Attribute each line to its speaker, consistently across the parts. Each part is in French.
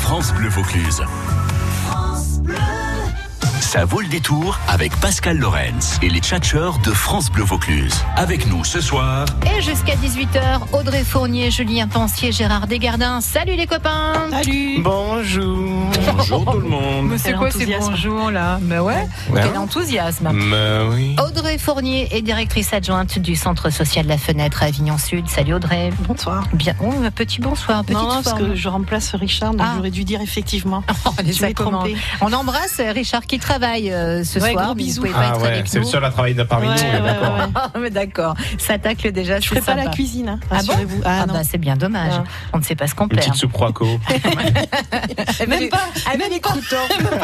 Speaker 1: France Bleu Vaucluse. Ça vaut le détour avec Pascal Lorenz et les tchatcheurs de France Bleu Vaucluse. Avec nous ce soir,
Speaker 2: Et jusqu'à 18h, Audrey Fournier, Julien Pensier, Gérard Desgardins. Salut les copains
Speaker 3: Salut
Speaker 4: Bonjour. Bonjour tout le monde.
Speaker 3: Mais c'est
Speaker 5: Quel
Speaker 3: quoi ces
Speaker 5: enthousiasme.
Speaker 3: bonjours là Mais ouais,
Speaker 5: Quel enthousiasme
Speaker 4: Ben oui.
Speaker 2: Audrey Fournier est directrice adjointe du Centre social La Fenêtre à Avignon Sud. Salut Audrey.
Speaker 5: Bonsoir.
Speaker 2: Bien, oh, un petit bonsoir, petite
Speaker 5: non, parce
Speaker 2: forme.
Speaker 5: que je remplace Richard, donc
Speaker 2: Ah.
Speaker 5: j'aurais dû dire effectivement.
Speaker 2: Oh, les
Speaker 5: Je m'ai
Speaker 2: accommodes.
Speaker 5: trompée.
Speaker 2: On embrasse euh, Richard qui travaille euh, ce
Speaker 5: Ouais,
Speaker 2: soir.
Speaker 5: gros
Speaker 2: mais vous
Speaker 5: bisous.
Speaker 2: pouvez pas
Speaker 4: Ah
Speaker 2: être
Speaker 4: ouais,
Speaker 2: avec
Speaker 4: c'est le
Speaker 2: nous.
Speaker 4: seul à travailler de parmi nous,
Speaker 5: Ouais,
Speaker 4: on est
Speaker 5: ouais,
Speaker 4: d'accord.
Speaker 5: ouais.
Speaker 2: Ah, mais d'accord, ça tacle déjà.
Speaker 5: Je
Speaker 2: c'est
Speaker 5: ferai pas la
Speaker 2: sympa.
Speaker 5: cuisine, hein,
Speaker 2: Ah bon
Speaker 5: rassurez-vous. Ah,
Speaker 2: Ah
Speaker 5: non.
Speaker 2: bah c'est bien dommage.
Speaker 5: Ah.
Speaker 2: On ne sait pas ce qu'on
Speaker 4: Une petite
Speaker 2: perd.
Speaker 4: soupe roco.
Speaker 2: Même pas. Même les croutons.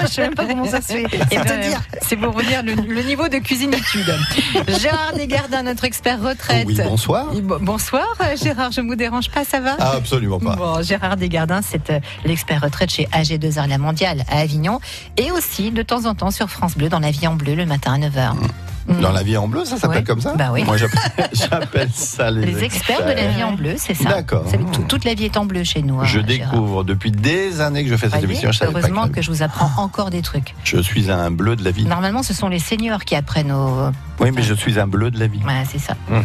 Speaker 2: Je sais même pas comment ça se fait. Et
Speaker 5: te dire.
Speaker 2: Eh ben, C'est pour vous dire le, le niveau de cuisinitude. Gérard Desgardins, notre expert retraite.
Speaker 6: Oui, bonsoir.
Speaker 2: Et bo- Bonsoir euh, Gérard, je ne vous dérange pas, ça va
Speaker 6: Ah, absolument pas.
Speaker 2: Bon, Gérard Desgardins, c'est euh, l'expert retraite chez AG2R La Mondiale à Avignon et aussi de temps en temps sur France Bleu dans la vie en bleu le matin à 9h.
Speaker 6: Hmm. Dans la vie en bleu, ça s'appelle
Speaker 2: Mm. Ouais.
Speaker 6: comme ça
Speaker 2: Bah oui.
Speaker 6: Moi, j'appelle j'appelle ça les,
Speaker 2: Les experts de la vie en bleu, c'est ça.
Speaker 6: D'accord.
Speaker 2: Vous savez, tout- toute la vie est en bleu chez nous. hein,
Speaker 6: Je
Speaker 2: Gérard.
Speaker 6: découvre depuis des années que je fais
Speaker 2: Vous
Speaker 6: cette
Speaker 2: voyez,
Speaker 6: émission. Je savais pas
Speaker 2: heureusement
Speaker 6: que-
Speaker 2: que je vous apprends encore des trucs.
Speaker 6: Je suis un bleu de la vie.
Speaker 2: Normalement, ce sont les seniors qui apprennent aux.
Speaker 6: Oui, mais je suis un bleu de la vie.
Speaker 2: Ouais, c'est ça.
Speaker 6: Mhm.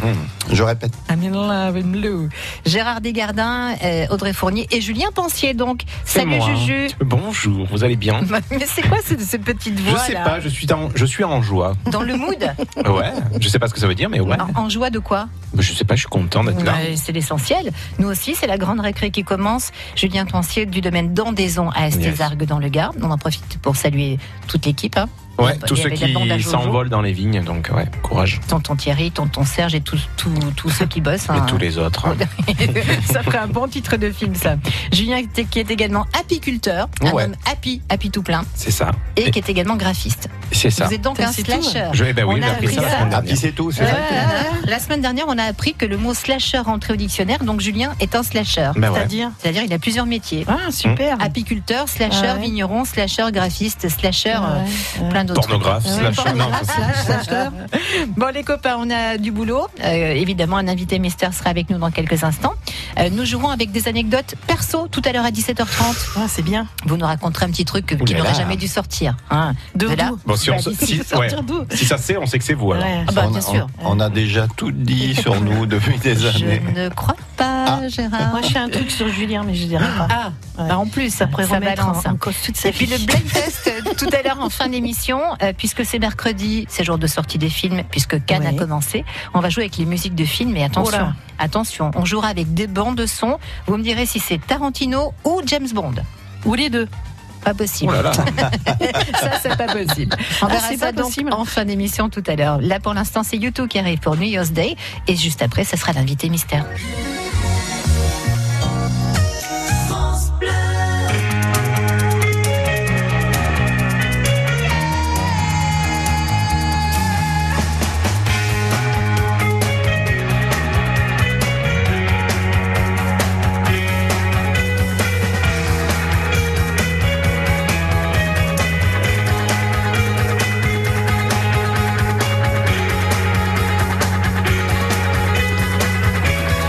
Speaker 6: Je répète.
Speaker 2: I'm in love in blue. Gérard Desgardins, euh, Audrey Fournier et Julien Pensier, donc.
Speaker 4: C'est
Speaker 2: Salut
Speaker 4: moi. hein.
Speaker 2: Juju. Bah,
Speaker 4: Bonjour, vous allez bien
Speaker 2: Mais c'est quoi cette, cette petite
Speaker 4: Je
Speaker 2: voix
Speaker 4: sais
Speaker 2: là
Speaker 4: pas, je suis en, je suis en joie.
Speaker 2: Dans le mood
Speaker 4: Ouais, je sais pas ce que ça veut dire, mais ouais. Bah,
Speaker 2: en, en joie de quoi
Speaker 4: Je sais pas, je suis content d'être là.
Speaker 2: Ouais, C'est l'essentiel. Nous aussi, c'est la grande récré qui commence. Julien Pensier du domaine d'Andaison à Estézargues dans le Gard. On en profite pour saluer toute l'équipe. hein.
Speaker 4: Ouais,
Speaker 2: Il y
Speaker 4: tous ceux
Speaker 2: avait la bande à
Speaker 4: qui
Speaker 2: Jojo.
Speaker 4: s'envolent dans les vignes, donc ouais, courage.
Speaker 2: Tonton Thierry, tonton Serge et tous tous- tous ceux qui bossent.
Speaker 4: Et
Speaker 2: hein.
Speaker 4: tous les autres. hein.
Speaker 2: ça ferait un bon titre de film, ça. Julien, qui est- qui est également apiculteur, un
Speaker 4: Ouais.
Speaker 2: homme happy, happy tout plein,
Speaker 4: C'est ça,
Speaker 2: et qui est également graphiste.
Speaker 4: c'est ça.
Speaker 2: Vous êtes donc
Speaker 5: Ça,
Speaker 2: un
Speaker 5: c'est tout. hein.
Speaker 2: slasher.
Speaker 4: Je, eh ben oui,
Speaker 2: On
Speaker 4: j'ai
Speaker 2: a
Speaker 4: appris
Speaker 2: appris
Speaker 4: ça la
Speaker 2: ça. Euh,
Speaker 4: semaine
Speaker 6: Ah, puis
Speaker 4: dernière.
Speaker 6: c'est tout, c'est ça
Speaker 2: La semaine dernière, on a appris que le mot slasher rentrait au dictionnaire, donc Julien est un slasher.
Speaker 4: Ben ouais.
Speaker 5: C'est-à-dire
Speaker 2: C'est-à-dire, il a plusieurs métiers.
Speaker 5: Ah, super
Speaker 2: Apiculteur, slasher,
Speaker 5: Ah ouais. Ah
Speaker 2: vigneron, slasher, graphiste, slasher, euh,
Speaker 5: Ouais.
Speaker 2: plein d'autres.
Speaker 4: Pornographe,
Speaker 5: Ouais,
Speaker 4: slash. Non,
Speaker 2: Ah pornographe,
Speaker 4: ça, c'est-
Speaker 2: slash, slasher. Bon les copains, on a du boulot. Euh, évidemment, un invité mystère sera avec nous dans quelques instants. Euh, nous jouerons avec des anecdotes perso tout à l'heure à 17h30.
Speaker 5: Ah, c'est bien.
Speaker 2: Vous nous raconterez un petit truc que- qui
Speaker 4: là
Speaker 2: n'aurait
Speaker 4: là.
Speaker 2: jamais dû sortir. hein.
Speaker 5: De
Speaker 2: De là.
Speaker 5: d'où
Speaker 4: Bon, si on
Speaker 2: Bah,
Speaker 4: se-
Speaker 2: d'ici,
Speaker 4: si-
Speaker 2: il
Speaker 4: ouais.
Speaker 5: Sortir d'où
Speaker 4: Si ça c'est, on sait que c'est vous alors.
Speaker 5: Ouais.
Speaker 2: Ah bah,
Speaker 6: on, a,
Speaker 2: bien sûr.
Speaker 6: on- on a déjà tout dit sur nous depuis des
Speaker 2: Je
Speaker 6: années.
Speaker 2: ne crois pas, Gérard.
Speaker 5: Moi, je fais un truc sur Julien, mais je dirais pas.
Speaker 2: Ah,
Speaker 5: Ouais.
Speaker 2: bah, en plus,
Speaker 5: Après,
Speaker 2: ça
Speaker 5: remettre en,
Speaker 2: balance. hein.
Speaker 5: en cause toute sa
Speaker 2: Et puis
Speaker 5: vie.
Speaker 2: le blind test euh, tout à l'heure en fin d'émission, euh, puisque c'est mercredi, c'est jour de sortie des films, puisque Cannes a
Speaker 5: Ouais.
Speaker 2: commencé. On va jouer avec les musiques de films, et attention,
Speaker 5: Oh là.
Speaker 2: attention, on jouera avec des bandes de son. Vous me direz si c'est Tarantino ou James Bond.
Speaker 5: Ou les deux.
Speaker 2: Pas
Speaker 4: Oh
Speaker 2: possible.
Speaker 4: là là.
Speaker 2: ça, c'est pas possible. On
Speaker 5: Ah,
Speaker 2: verra
Speaker 5: c'est
Speaker 2: ça
Speaker 5: pas
Speaker 2: donc
Speaker 5: possible.
Speaker 2: en fin d'émission tout à l'heure. Là, pour l'instant, c'est YouTube qui arrive pour New Year's Day, et juste après, ça sera l'invité mystère.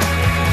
Speaker 7: Thank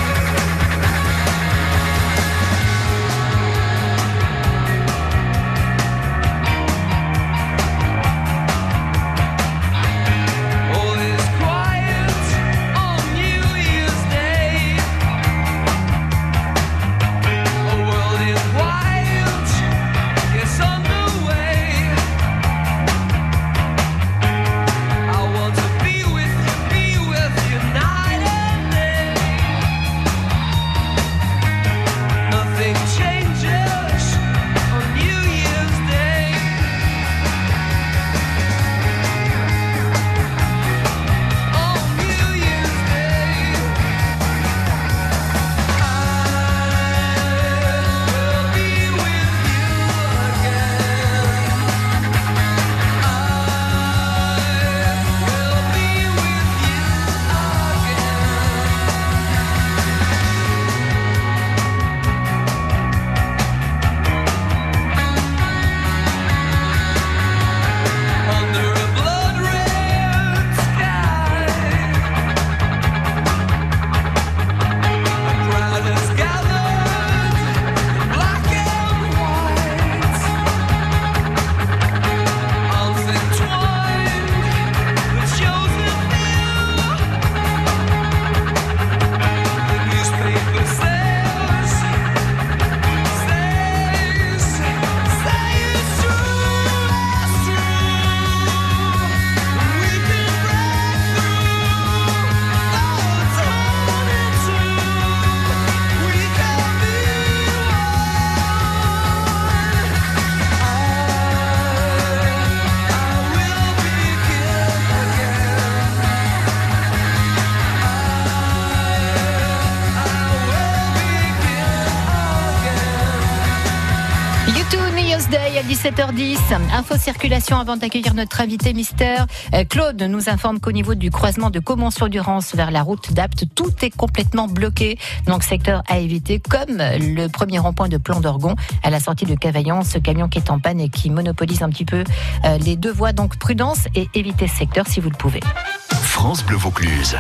Speaker 2: Joyous Day à 17h10. Info circulation avant d'accueillir notre invité mystère. Euh, Claude nous informe qu'au niveau du croisement de Comont-sur-Durance vers la route d'Apte, tout est complètement bloqué. Donc secteur à éviter, comme le premier rond-point de Plan d'Orgon à la sortie de Cavaillon, ce camion qui est en panne et qui monopolise un petit peu euh, les deux voies. Donc prudence et évitez ce secteur si vous le pouvez.
Speaker 1: France Bleu Vaucluse,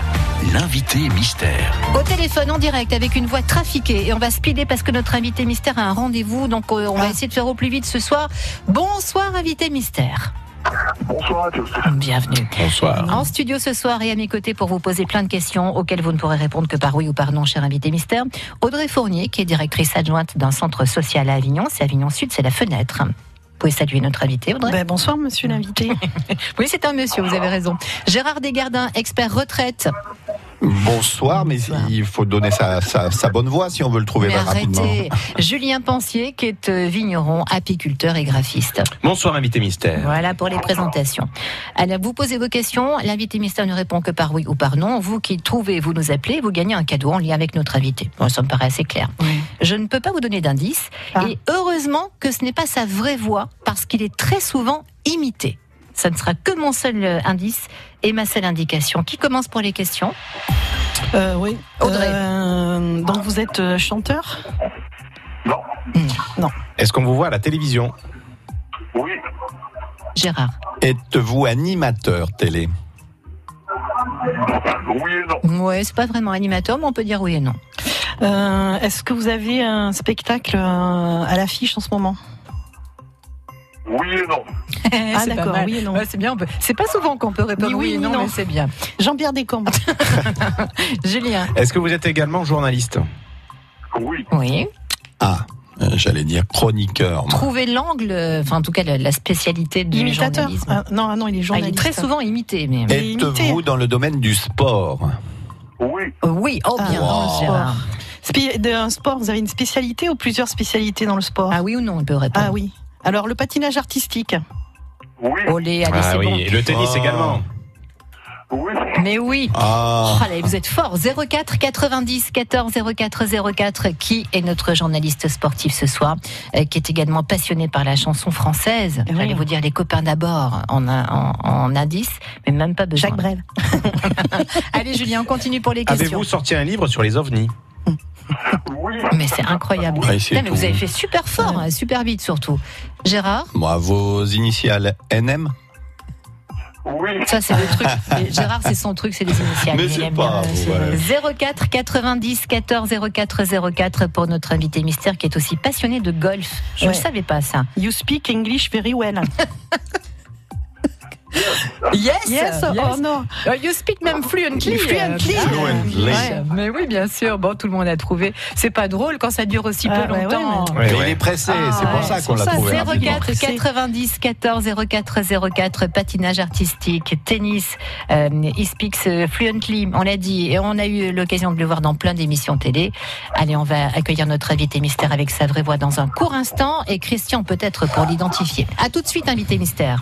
Speaker 1: l'invité mystère.
Speaker 2: Au téléphone en direct avec une voix trafiquée et on va speeder parce que notre invité mystère a un rendez-vous donc euh, on va essayer de faire au plus vite ce soir. Bonsoir invité mystère.
Speaker 3: Bonsoir à tous.
Speaker 2: Bienvenue.
Speaker 4: Bonsoir.
Speaker 2: En studio ce soir et à mes côtés pour vous poser plein de questions auxquelles vous ne pourrez répondre que par oui ou par non, cher invité mystère. Audrey Fournier, qui est directrice adjointe d'un centre social à Avignon, c'est Avignon Sud, c'est la fenêtre. Vous pouvez saluer notre invité, Audrey.
Speaker 5: Ben, bonsoir, monsieur l'invité.
Speaker 2: Oui, c'est un monsieur, vous avez raison. Gérard Desgardins, expert retraite.
Speaker 6: Bonsoir, mais il faut donner sa, sa- sa bonne voix si on veut le trouver
Speaker 2: Mais
Speaker 6: là, rapidement.
Speaker 2: arrêtez. Julien Pensier, qui est euh, vigneron, apiculteur et graphiste.
Speaker 4: Bonsoir, invité mystère.
Speaker 2: Voilà pour les présentations. Alors, vous posez vos questions. L'invité mystère ne répond que par oui ou par non. Vous qui trouvez, vous nous appelez, vous gagnez un cadeau en lien avec notre invité. Bon, ça me paraît assez clair. Je ne peux pas vous donner d'indice.
Speaker 5: Ah.
Speaker 2: Et heureusement que ce n'est pas sa vraie voix, parce qu'il est très souvent imité. Ça ne sera que mon seul euh, indice et ma seule indication. Qui commence pour les questions
Speaker 5: Euh, oui.
Speaker 2: Audrey.
Speaker 5: Euh, donc vous êtes euh, chanteur
Speaker 3: Non.
Speaker 2: Mm.
Speaker 4: Est-ce qu'on vous voit à la télévision
Speaker 3: Oui.
Speaker 2: Gérard.
Speaker 6: Êtes-vous animateur télé
Speaker 3: Oui et non.
Speaker 2: Ouais, c'est pas vraiment animateur, mais on peut dire oui et non.
Speaker 5: Euh, Est-ce que vous avez un spectacle euh, à l'affiche en ce moment
Speaker 3: Oui et non.
Speaker 2: ah
Speaker 5: d'accord, oui et non.
Speaker 2: c'est bien. on peut- C'est pas souvent qu'on peut répondre
Speaker 5: Ni
Speaker 2: oui,
Speaker 5: oui,
Speaker 2: et
Speaker 5: ni
Speaker 2: non,
Speaker 5: non.
Speaker 2: mais c'est bien.
Speaker 5: Jean-Pierre Descamps.
Speaker 2: Julien.
Speaker 4: Est-ce que vous êtes également journaliste
Speaker 3: Oui.
Speaker 2: Oui.
Speaker 6: Ah, euh, j'allais dire chroniqueur. moi.
Speaker 2: Trouver l'angle, euh, enfin en tout cas la, la spécialité du
Speaker 5: Imitateur.
Speaker 2: journalisme.
Speaker 5: Ah, non, ah non, il est
Speaker 2: Ah, il
Speaker 5: journaliste.
Speaker 2: est très souvent imité, mais
Speaker 5: Et- imité.
Speaker 6: Êtes-vous dans le domaine du sport
Speaker 3: Oui.
Speaker 2: Euh, oui, oh
Speaker 5: Ah,
Speaker 2: bien,
Speaker 6: dans le
Speaker 2: oh,
Speaker 6: sport.
Speaker 2: Gérard.
Speaker 5: Spi- d'un sport, vous avez une spécialité ou plusieurs spécialités dans le sport
Speaker 2: Ah oui ou non, on peut répondre.
Speaker 5: Ah oui. Alors le patinage artistique.
Speaker 3: Oui.
Speaker 2: Olé, allez, c'est
Speaker 4: Ah oui.
Speaker 2: bon.
Speaker 4: Et le tennis
Speaker 6: Oh.
Speaker 4: également.
Speaker 3: Oui.
Speaker 2: Mais oui.
Speaker 6: Ah,
Speaker 2: Oh, allez, vous êtes fort. 04 90 14 04 04 qui est notre journaliste sportif ce soir, euh, qui est également passionné par la chanson française.
Speaker 5: Eh oui.
Speaker 2: J'allais vous dire les copains d'abord en, un- en, en indice, mais même pas besoin.
Speaker 5: Jacques Brel.
Speaker 2: Allez Julien, on continue pour les questions.
Speaker 4: Avez-vous sorti un livre sur les ovnis
Speaker 3: Oui.
Speaker 2: Mais c'est incroyable.
Speaker 6: Ouais, c'est
Speaker 2: Non, mais vous
Speaker 6: tout.
Speaker 2: avez fait super fort, hein, super vite surtout. Gérard,
Speaker 6: moi, vos initiales NM
Speaker 3: Oui.
Speaker 2: ça c'est le truc. Et Gérard, c'est son truc, c'est les initiales.
Speaker 6: Mais
Speaker 2: il
Speaker 6: c'est
Speaker 2: aime
Speaker 6: pas
Speaker 2: bien.
Speaker 6: grave, voilà.
Speaker 2: 04 90 14 04 04 pour notre invité mystère qui est aussi passionné de golf. Je ne
Speaker 5: Ouais.
Speaker 2: le savais pas ça.
Speaker 5: You speak English very well.
Speaker 2: Yes, Uh,
Speaker 5: yes, oh non.
Speaker 2: You speak même fluently. uh,
Speaker 5: Fluently.
Speaker 6: Fluently.
Speaker 2: Ouais, mais oui, bien sûr. Bon, tout le monde a trouvé. C'est pas drôle quand ça dure aussi
Speaker 5: Ah,
Speaker 2: peu
Speaker 5: ouais,
Speaker 2: longtemps.
Speaker 5: ouais, mais-
Speaker 6: Mais Il est pressé,
Speaker 5: Ah,
Speaker 6: c'est pour
Speaker 5: ouais,
Speaker 6: ça
Speaker 5: c'est
Speaker 6: qu'on
Speaker 5: pour
Speaker 6: l'a
Speaker 5: ça,
Speaker 6: trouvé.
Speaker 5: zéro
Speaker 6: rapidement.
Speaker 2: 04 90 14 04 04 patinage artistique tennis euh, he speaks euh, fluently on l'a dit et on a eu l'occasion de le voir dans plein d'émissions télé allez on va accueillir notre invité mystère avec sa vraie voix dans un court instant et Christian peut-être pour l'identifier à tout de suite invité mystère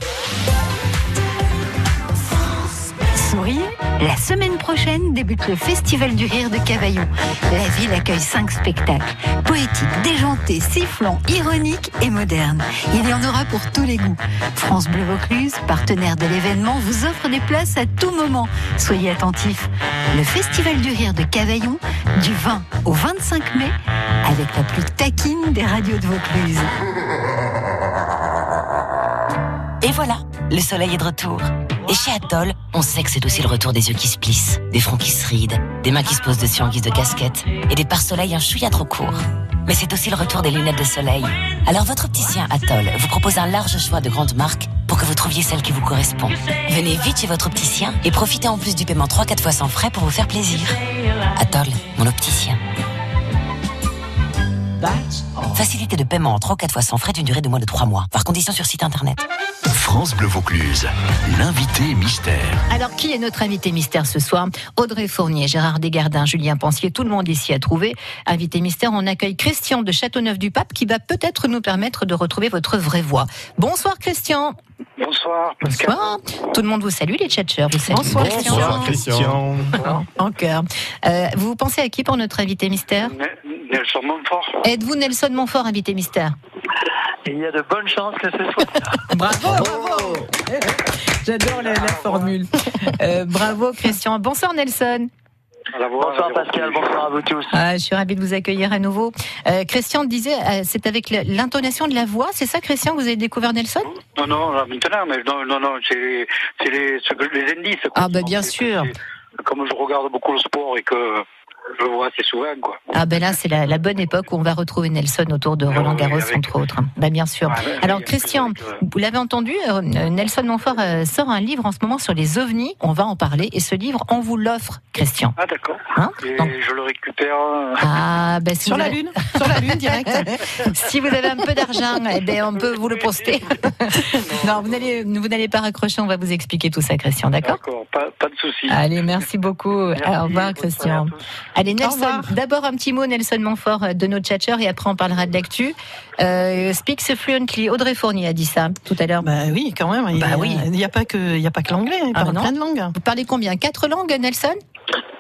Speaker 7: Souriez La semaine prochaine débute le Festival du Rire de Cavaillon. La ville accueille cinq spectacles. Poétiques, déjantés, sifflants, ironiques et modernes. Il y en aura pour tous les goûts. France Bleu Vaucluse, partenaire de l'événement, vous offre des places à tout moment. Soyez attentifs. Le Festival du Rire de Cavaillon, du 20 au 25 mai, avec la plus taquine des radios de Vaucluse.
Speaker 8: Et voilà, le soleil est de retour. Et chez Atoll, on sait que c'est aussi le retour des yeux qui se plissent, des fronts qui se rident, des mains qui se posent dessus en guise de casquette et des pare-soleil un chouïa trop court. Mais c'est aussi le retour des lunettes de soleil. Alors votre opticien Atoll vous propose un large choix de grandes marques pour que vous trouviez celle qui vous correspond. Venez vite chez votre opticien et profitez en plus du paiement 3-4 fois sans frais pour vous faire plaisir. Atoll, mon opticien. Facilité de paiement en 3 ou 4 fois sans frais d'une durée de moins de 3 mois, par condition sur site internet.
Speaker 1: France Bleu Vaucluse, l'invité mystère.
Speaker 2: Alors, qui est notre invité mystère ce soir Audrey Fournier, Gérard Desgardins, Julien Pensier, tout le monde ici a trouvé. Invité mystère, on accueille Christian de Châteauneuf-du-Pape qui va peut-être nous permettre de retrouver votre vraie voix. Bonsoir Christian
Speaker 3: Bonsoir.
Speaker 2: Bonsoir Tout le monde vous salue, les tchatcheurs, vous saluez.
Speaker 5: Bonsoir,
Speaker 2: Christian Oh,
Speaker 6: Bonsoir, Christian.
Speaker 2: En cœur. Euh, vous pensez à qui pour notre invité mystère
Speaker 3: Ne- Nelson Montfort.
Speaker 2: Êtes-vous Nelson Montfort, invité mystère
Speaker 3: Et il y a de bonnes chances que ce soit ça.
Speaker 2: Bravo J'adore la, la formule. Euh, bravo Christian. Bonsoir Nelson.
Speaker 3: Bonsoir Pascal, bonsoir à vous tous.
Speaker 2: Ah, je suis ravie de vous accueillir à nouveau. Euh, Christian disait, euh, c'est avec le- l'intonation de la voix, c'est ça Christian que Vous avez découvert Nelson
Speaker 3: Non, non, là, maintenant, mais non, non, non, c'est c'est les, ce que- les indices. quoi.
Speaker 2: Ah, bah, bien
Speaker 3: C'est-
Speaker 2: sûr.
Speaker 3: c'est- Comme je regarde beaucoup le sport et que je le vois assez souvent, quoi.
Speaker 2: Ah ben là, c'est la, la bonne époque où on va retrouver Nelson autour de Roland Garros,
Speaker 3: oui, avec-
Speaker 2: entre autres. Ben bien sûr.
Speaker 3: Ah, oui,
Speaker 2: Alors
Speaker 3: oui,
Speaker 2: Christian,
Speaker 3: avec, euh,
Speaker 2: vous l'avez entendu, euh, Nelson Montfort euh, sort un livre en ce moment sur les ovnis. On va en parler et ce livre, on vous l'offre, Christian.
Speaker 3: Ah, d'accord.
Speaker 2: Hein
Speaker 3: et
Speaker 2: Donc-
Speaker 3: je le récupère. euh,
Speaker 2: Ah ben si,
Speaker 5: Sur
Speaker 2: vous
Speaker 5: la
Speaker 2: avez,
Speaker 5: lune Sur la lune, direct.
Speaker 2: si vous avez un peu d'argent, eh ben on peut vous le poster. non, vous n'allez vous n'allez pas raccrocher. On va vous expliquer tout ça, Christian. D'accord.
Speaker 3: D'accord, pas, pas de souci.
Speaker 2: Allez, merci beaucoup.
Speaker 3: Merci,
Speaker 2: Alors, au revoir,
Speaker 3: bonne soirée à
Speaker 2: Christian.
Speaker 3: tous.
Speaker 2: Allez,
Speaker 5: Au
Speaker 2: Nelson,
Speaker 5: revoir.
Speaker 2: d'abord un petit mot, Nelson Montfort, euh, de nos tchatchers, et après on parlera de l'actu. Euh, speaks fluently. Audrey Fournier a dit ça tout à l'heure.
Speaker 5: Bah oui, quand même. Il y a-
Speaker 2: Bah oui.
Speaker 5: Il n'y a pas que, il y a pas que l'anglais. Il
Speaker 2: Ah,
Speaker 5: parle
Speaker 2: non.
Speaker 5: plein de langues.
Speaker 2: Vous parlez combien Quatre langues, Nelson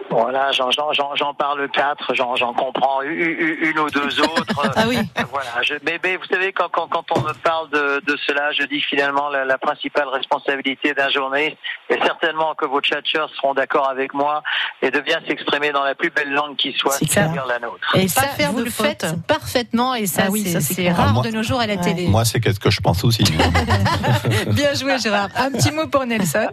Speaker 9: Voilà, j'en, j'en, j'en, j'en parle quatre, j'en, j'en comprends u- u- une ou deux autres.
Speaker 5: Ah oui.
Speaker 9: voilà, je, mais, mais vous savez, quand, quand, quand on me parle de, de cela, je dis finalement la, la principale responsabilité d'un journaliste, et certainement que vos tchatchers seront d'accord avec moi, est de bien s'exprimer dans la plus belle langue qui soit,
Speaker 5: C'est
Speaker 9: c'est-à-dire la nôtre.
Speaker 2: Et
Speaker 5: Et Ah, pas
Speaker 2: ça,
Speaker 5: faire
Speaker 2: vous
Speaker 5: de
Speaker 2: le
Speaker 5: faute.
Speaker 2: faites parfaitement, et ça,
Speaker 5: Ah oui,
Speaker 2: c'est-
Speaker 5: ça, c'est
Speaker 2: c'est
Speaker 5: clair.
Speaker 2: rare
Speaker 6: Ah, moi-
Speaker 2: de nos jours à la
Speaker 5: Ouais.
Speaker 2: télé.
Speaker 6: Moi, c'est qu'est-ce que je pense aussi.
Speaker 2: Bien joué, Gérard. Un petit mot pour Nelson.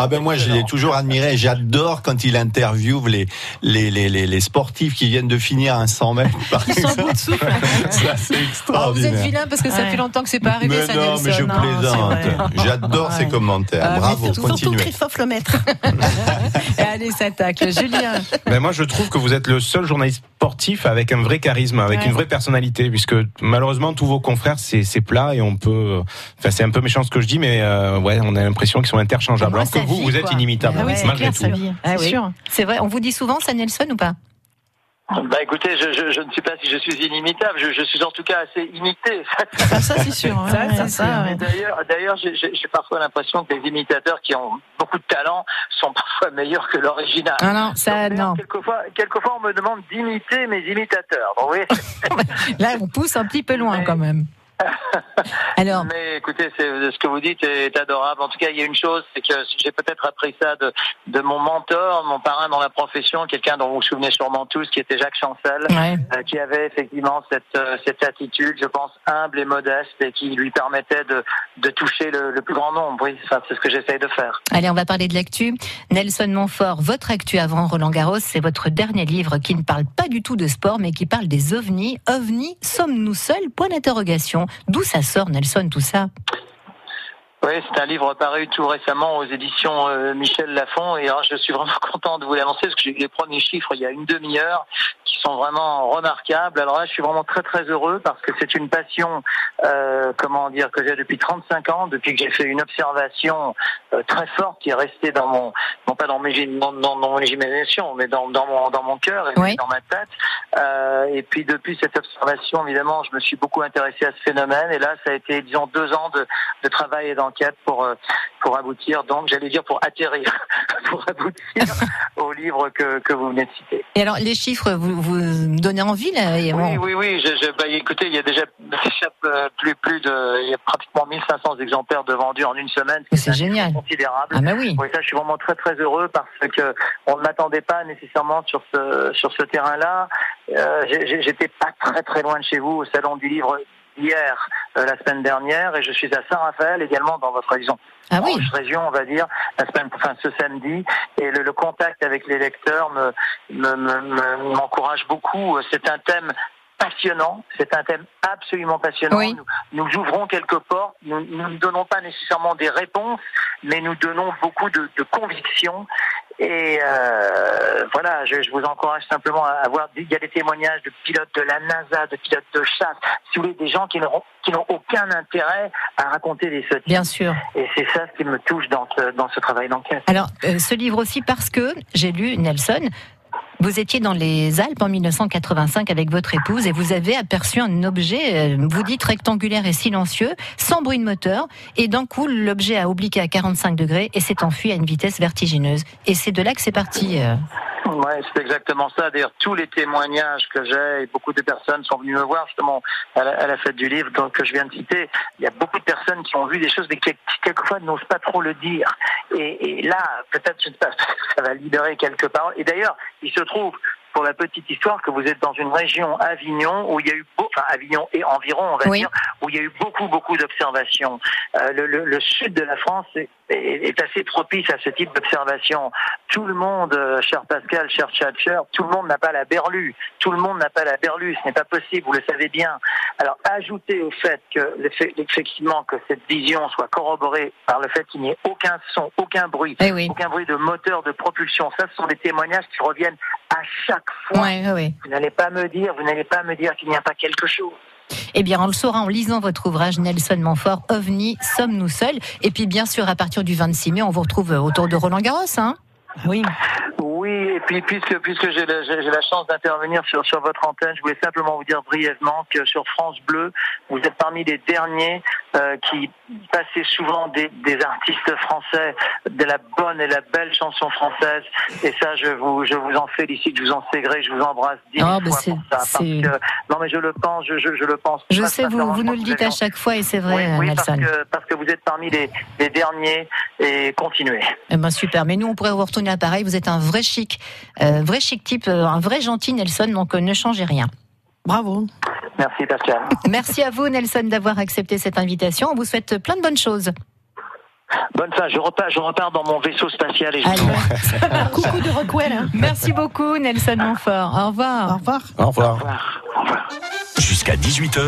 Speaker 6: Ah ben moi, je l'ai toujours admiré. J'adore quand il interviewe les, les, les, les, les sportifs qui viennent de finir un 100 mètres. Par
Speaker 5: Ils sont au
Speaker 6: exemple.
Speaker 5: bout de souffle.
Speaker 6: Ça, c'est
Speaker 2: Oh, vous êtes
Speaker 6: extraordinaire.
Speaker 2: vilain parce que ça
Speaker 5: Ouais.
Speaker 2: fait longtemps que c'est pas arrivé,
Speaker 6: mais
Speaker 2: ça,
Speaker 6: non,
Speaker 2: Nelson.
Speaker 6: mais je
Speaker 5: Non, c'est
Speaker 6: plaisante.
Speaker 5: vrai.
Speaker 6: J'adore ces
Speaker 5: Ouais.
Speaker 6: commentaires.
Speaker 5: Ah, mais
Speaker 6: Bravo,
Speaker 5: surtout, surtout
Speaker 6: continuez.
Speaker 5: Christophe Lemaître.
Speaker 2: Et allez, ça tacle. Julien.
Speaker 4: Ben moi, je trouve que vous êtes le seul journaliste sportif avec un vrai charisme, avec
Speaker 5: Ouais.
Speaker 4: une vraie personnalité, puisque malheureusement, tous vos confrères, c'est c'est plat et on peut. Enfin, c'est un peu méchant ce que je dis, mais euh, ouais, on a l'impression qu'ils sont interchangeables.
Speaker 2: Moi,
Speaker 4: alors que
Speaker 2: ça
Speaker 4: vous,
Speaker 2: vit,
Speaker 4: vous êtes
Speaker 2: quoi.
Speaker 4: inimitable,
Speaker 2: Ah
Speaker 5: Ah oui, c'est
Speaker 4: malgré
Speaker 5: clair,
Speaker 4: tout.
Speaker 5: sa vie.
Speaker 2: Ah
Speaker 5: C'est
Speaker 2: oui.
Speaker 5: sûr.
Speaker 2: C'est vrai, on vous dit souvent ça, Nelson, ou pas
Speaker 5: Ah.
Speaker 9: Bah écoutez, je, je, je ne sais pas si je suis inimitable, je, je suis en tout cas assez imité.
Speaker 5: Ah, ça, c'est sûr.
Speaker 2: Ça,
Speaker 5: ouais,
Speaker 2: c'est sûr.
Speaker 5: ouais.
Speaker 9: Mais D'ailleurs, d'ailleurs, j'ai- j'ai j'ai parfois l'impression que les imitateurs qui ont beaucoup de talent sont parfois meilleurs que l'original.
Speaker 2: Ah non, ça,
Speaker 9: Donc, d'ailleurs,
Speaker 2: non.
Speaker 9: Quelquefois, quelquefois, on me demande d'imiter mes imitateurs. Bon, oui.
Speaker 2: Là, on pousse un petit peu loin quand même. Alors,
Speaker 9: Mais écoutez, c'est- ce que vous dites est adorable. En tout cas, il y a une chose, c'est que j'ai peut-être appris ça de, de mon mentor, mon parrain dans la profession, quelqu'un dont vous vous souvenez sûrement tous, qui était Jacques Chancel.
Speaker 2: ouais.
Speaker 9: euh, qui avait effectivement cette, euh, cette attitude, je pense, humble et modeste, et qui lui permettait de, de toucher le, le plus grand nombre. Oui, Enfin, c'est ce que j'essaye de faire.
Speaker 2: allez, on va parler de l'actu. Nelson Montfort, votre actu avant Roland Garros, c'est votre dernier livre qui ne parle pas du tout de sport, mais qui parle des ovnis. Ovnis, sommes-nous seuls Point d'interrogation. D'où ça sort, Nelson, tout ça
Speaker 9: Oui, c'est un livre paru tout récemment aux éditions euh, Michel Lafon et alors, je suis vraiment content de vous l'annoncer parce que j'ai eu les premiers chiffres il y a une demi-heure qui sont vraiment remarquables. Alors là, je suis vraiment très très heureux parce que c'est une passion, euh, comment dire, que j'ai depuis 35 ans, depuis que j'ai fait une observation euh, très forte qui est restée dans mon, non pas dans, mes, gé- dans, dans- dans mon imagination, mais dans, dans mon dans mon cœur et
Speaker 2: Oui.
Speaker 9: dans ma tête. Euh, et puis depuis cette observation, évidemment, je me suis beaucoup intéressé à ce phénomène et là, ça a été, disons, deux ans de de travail et d'enquête pour euh, pour aboutir donc j'allais dire pour atterrir pour aboutir au livre que que vous venez de citer.
Speaker 2: Et alors, les chiffres, vous, vous me donnez envie, là et
Speaker 9: Oui
Speaker 2: on-
Speaker 9: oui oui, je, je- bah, écoutez, il y a déjà euh, plus plus de il y a pratiquement 1500 exemplaires de vendus en une semaine,
Speaker 2: Mais
Speaker 9: ce
Speaker 2: C'est
Speaker 9: qui est
Speaker 2: génial.
Speaker 9: considérable.
Speaker 2: Ah, bah oui.
Speaker 9: Oui, ça, je suis vraiment très très heureux parce que on ne m'attendait pas nécessairement sur ce sur ce terrain-là. Euh, j'ai- j'ai- J'étais pas très très loin de chez vous au salon du livre hier, euh, la semaine dernière, et je suis à Saint-Raphaël également dans votre région.
Speaker 2: Ah oui.
Speaker 9: Orange région, on va dire, la semaine, enfin, ce samedi. Et le, le contact avec les lecteurs me, me- me- me- m'encourage beaucoup. C'est un thème passionnant, c'est un thème absolument passionnant.
Speaker 2: Oui.
Speaker 9: Nous, nous ouvrons quelques portes, nous nous ne donnons pas nécessairement des réponses, mais nous donnons beaucoup de, de convictions. Et euh, voilà, je, je vous encourage simplement à avoir. Il y a des témoignages de pilotes de la NASA, de pilotes de chasse, si vous voulez, des gens qui n'auront- qui n'ont aucun intérêt à raconter des sottises.
Speaker 2: Bien sûr.
Speaker 9: Et c'est ça ce qui me touche dans ce, dans ce travail d'enquête.
Speaker 2: Alors, euh, ce livre aussi parce que j'ai lu Nelson. Vous étiez dans les Alpes en 1985 avec votre épouse et vous avez aperçu un objet, euh, vous dites rectangulaire et silencieux, sans bruit de moteur, et d'un coup l'objet a obliqué à 45 degrés et s'est enfui à une vitesse vertigineuse. Et c'est de là que c'est parti. euh.
Speaker 9: Ouais, c'est exactement ça. D'ailleurs, tous les témoignages que j'ai, et beaucoup de personnes sont venues me voir justement à la, à la fête du livre donc, que je viens de citer, il y a beaucoup de personnes qui ont vu des choses mais qui, qui quelquefois n'osent pas trop le dire. Et, et là, peut-être, je ne sais pas, ça va libérer quelques paroles. Et d'ailleurs, il se trouve pour la petite histoire que vous êtes dans une région Avignon où il y a eu beau- enfin Avignon et environ on va
Speaker 2: Oui.
Speaker 9: dire où il y a eu beaucoup beaucoup d'observations. Euh, le, le- le sud de la France est, est- est assez propice à ce type d'observation. Tout le monde, euh, cher Pascal, cher Chatcher, tout le monde n'a pas la berlue. Tout le monde n'a pas la berlue. Ce n'est pas possible. Vous le savez bien. Alors ajoutez au fait que le fait- effectivement que cette vision soit corroborée par le fait qu'il n'y ait aucun son, aucun bruit,
Speaker 2: Eh oui.
Speaker 9: aucun bruit de moteur, de propulsion. Ça, ce sont des témoignages qui reviennent à chaque fois.
Speaker 2: Ouais, ouais, ouais.
Speaker 9: Vous n'allez pas me dire, vous n'allez pas me dire qu'il n'y a pas quelque chose.
Speaker 2: Eh bien, on le saura en lisant votre ouvrage Nelson Montfort, OVNI, sommes-nous seuls Et puis, bien sûr, à partir du 26 mai, on vous retrouve euh, autour de Roland Garros. Hein
Speaker 5: Oui.
Speaker 9: Oui, et puis puisque puisque j'ai la, j'ai- j'ai la chance d'intervenir sur sur votre antenne, je voulais simplement vous dire brièvement que sur France Bleu, vous êtes parmi les derniers euh, qui passaient souvent des, des artistes français, de la bonne et la belle chanson française. Et ça, je vous je vous en félicite, je vous en ségré, je vous embrasse dix
Speaker 2: Ah, bah,
Speaker 9: fois
Speaker 2: c'est-
Speaker 9: pour ça. Parce
Speaker 2: c'est-
Speaker 9: que, non, mais je le pense, je je, je le pense.
Speaker 2: Je
Speaker 9: Pas
Speaker 2: sais, vous,
Speaker 9: sincèrement,
Speaker 2: vous
Speaker 9: je
Speaker 2: nous
Speaker 9: pense
Speaker 2: le
Speaker 9: que
Speaker 2: dites
Speaker 9: les
Speaker 2: à
Speaker 9: gens-
Speaker 2: chaque fois et c'est
Speaker 9: Oui,
Speaker 2: vrai, euh,
Speaker 9: oui, parce,
Speaker 2: Nelson.
Speaker 9: que, parce que vous êtes parmi les, les derniers et continuez.
Speaker 2: Eh ben, super. Mais nous, on pourrait vous retourner à pareil. Vous êtes un vrai chic, euh, vrai chic type, euh, un vrai gentil Nelson, donc euh, ne changez rien.
Speaker 5: Bravo.
Speaker 9: Merci Pascal.
Speaker 2: Merci à vous, Nelson, d'avoir accepté cette invitation. On vous souhaite plein de bonnes choses.
Speaker 9: Bonne fin, je repars, je repars dans mon vaisseau spatial et je
Speaker 2: Allez.
Speaker 5: Coucou de Rockwell. hein.
Speaker 2: Merci beaucoup, Nelson Montfort. Au revoir.
Speaker 5: Au revoir.
Speaker 4: Au revoir.
Speaker 1: Jusqu'à 18h,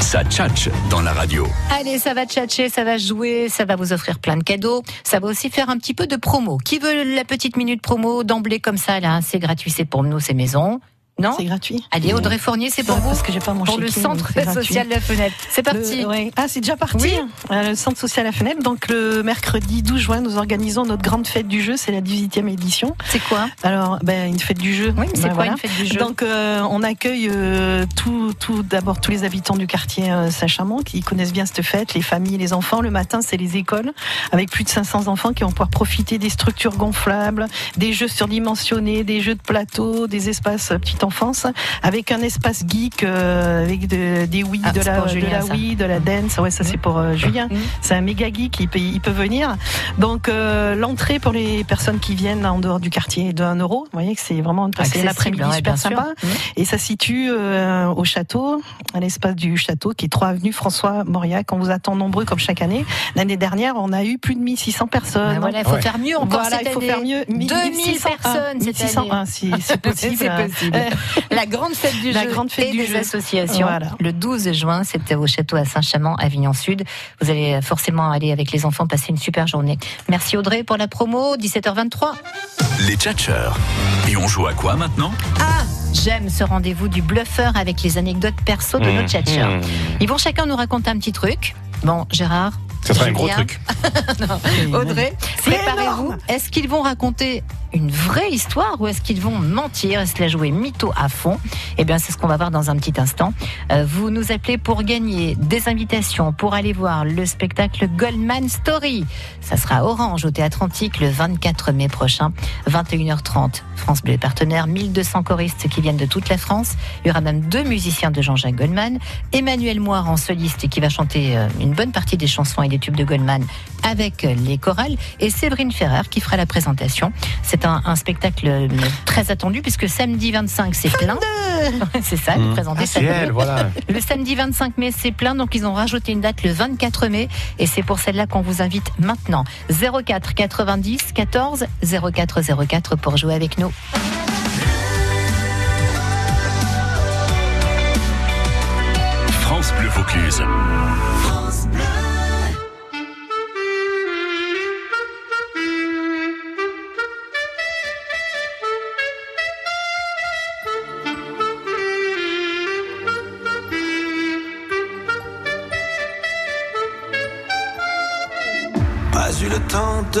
Speaker 1: ça tchatche dans la radio.
Speaker 2: Allez, ça va tchatcher, ça va jouer, ça va vous offrir plein de cadeaux. Ça va aussi faire un petit peu de promo. Qui veut la petite minute promo d'emblée comme ça, là hein C'est gratuit, c'est pour nous, c'est maison. Non
Speaker 5: C'est gratuit.
Speaker 2: Allez, Audrey Fournier, c'est pour
Speaker 5: Ouais,
Speaker 2: vous.
Speaker 5: parce que j'ai pas mon
Speaker 2: Pour le
Speaker 5: chéquier,
Speaker 2: centre
Speaker 5: donc c'est gratuit.
Speaker 2: social La Fenêtre. C'est
Speaker 5: Le-
Speaker 2: parti.
Speaker 5: ouais. Ah, c'est déjà parti.
Speaker 2: Oui.
Speaker 5: Euh, le centre social La Fenêtre. Donc le mercredi 12 juin, nous organisons notre grande fête du jeu. C'est la 18e édition.
Speaker 2: C'est quoi
Speaker 5: Alors, ben, une fête du jeu.
Speaker 2: Oui, mais c'est
Speaker 5: Ben,
Speaker 2: quoi
Speaker 5: voilà.
Speaker 2: une fête du jeu
Speaker 5: Donc euh, on accueille euh, tout, tout d'abord tous les habitants du quartier euh, Saint-Chamond qui connaissent bien cette fête, les familles, les enfants. Le matin c'est les écoles avec plus de 500 enfants qui vont pouvoir profiter des structures gonflables, des jeux surdimensionnés, des jeux de plateau, des espaces euh, petite enfance avec un espace geek euh, avec de- des oui
Speaker 2: Ah,
Speaker 5: de
Speaker 2: c'est
Speaker 5: la
Speaker 2: pour Julien,
Speaker 5: de la
Speaker 2: ça. Mm.
Speaker 5: Wii, de la dance. Ouais ça c'est pour euh, Julien.
Speaker 2: Mmh.
Speaker 5: C'est un méga geek, il peut, il peut venir. Donc euh, l'entrée pour les personnes qui viennent en dehors du quartier est de 1 euro. Vous voyez que c'est vraiment passer
Speaker 2: Accessible,
Speaker 5: l'après-midi
Speaker 2: ouais, bien
Speaker 5: super
Speaker 2: sûr.
Speaker 5: sympa.
Speaker 2: Mmh.
Speaker 5: Et ça se situe euh, au château, à l'espace du château, qui est 3 avenue François Mauriac. On vous attend nombreux comme chaque année. L'année dernière, on a eu plus de 1600 personnes.
Speaker 2: Ben voilà, il faut
Speaker 4: Ouais.
Speaker 2: faire mieux encore
Speaker 5: Voilà,
Speaker 2: cette
Speaker 5: il faut
Speaker 2: année.
Speaker 5: faire mieux.
Speaker 2: 2000 personnes cette
Speaker 5: 1601, si c'est possible.
Speaker 2: C'est possible. La grande fête du
Speaker 5: La
Speaker 2: jeu
Speaker 5: grande fête
Speaker 2: et
Speaker 5: du
Speaker 2: des
Speaker 5: jeu.
Speaker 2: associations.
Speaker 5: Voilà.
Speaker 2: Le 12 juin, c'était au château à Saint-Chamond, Avignon Sud. Vous allez forcément aller avec les enfants passer une super journée. Merci Audrey pour la promo, 17h23.
Speaker 1: Les tchatcheurs. Et on joue à quoi maintenant
Speaker 2: Ah, j'aime ce rendez-vous du bluffeur avec les anecdotes perso de nos
Speaker 4: Mmh.
Speaker 2: tchatcheurs.
Speaker 4: Mmh.
Speaker 2: Ils vont chacun nous raconter un petit truc. Bon, Gérard,
Speaker 4: Ça sera un gros
Speaker 2: Julien,
Speaker 4: truc.
Speaker 2: Audrey,
Speaker 5: C'est
Speaker 2: préparez-vous.
Speaker 5: énorme.
Speaker 2: Est-ce qu'ils vont raconter une vraie histoire ou est-ce qu'ils vont mentir et se la jouer mytho à fond Eh bien, c'est ce qu'on va voir dans un petit instant. Euh, vous nous appelez pour gagner des invitations pour aller voir le spectacle Goldman Story. Ça sera à Orange au Théâtre Antique le 24 mai prochain, 21h30. France Bleu est partenaire, 1200 choristes qui viennent de toute la France. Il y aura même deux musiciens de Jean-Jacques Goldman. Emmanuel Moire en soliste qui va chanter euh, une bonne partie des chansons et des tubes de Goldman avec euh, les chorales et Séverine Ferrer qui fera la présentation. C'est un, un spectacle euh, très attendu puisque samedi 25 c'est plein. c'est ça, vous
Speaker 4: Mmh.
Speaker 2: présentez
Speaker 4: Ah, c'est
Speaker 2: samedi.
Speaker 4: elle, voilà.
Speaker 2: Le samedi 25 mai, c'est plein, donc ils ont rajouté une date le 24 mai, et c'est pour celle-là qu'on vous invite maintenant. 04 90 14 04 04 pour jouer avec nous.
Speaker 1: France Bleu Vaucluse.
Speaker 10: Pas eu le temps de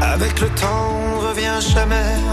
Speaker 10: Avec le temps, on revient jamais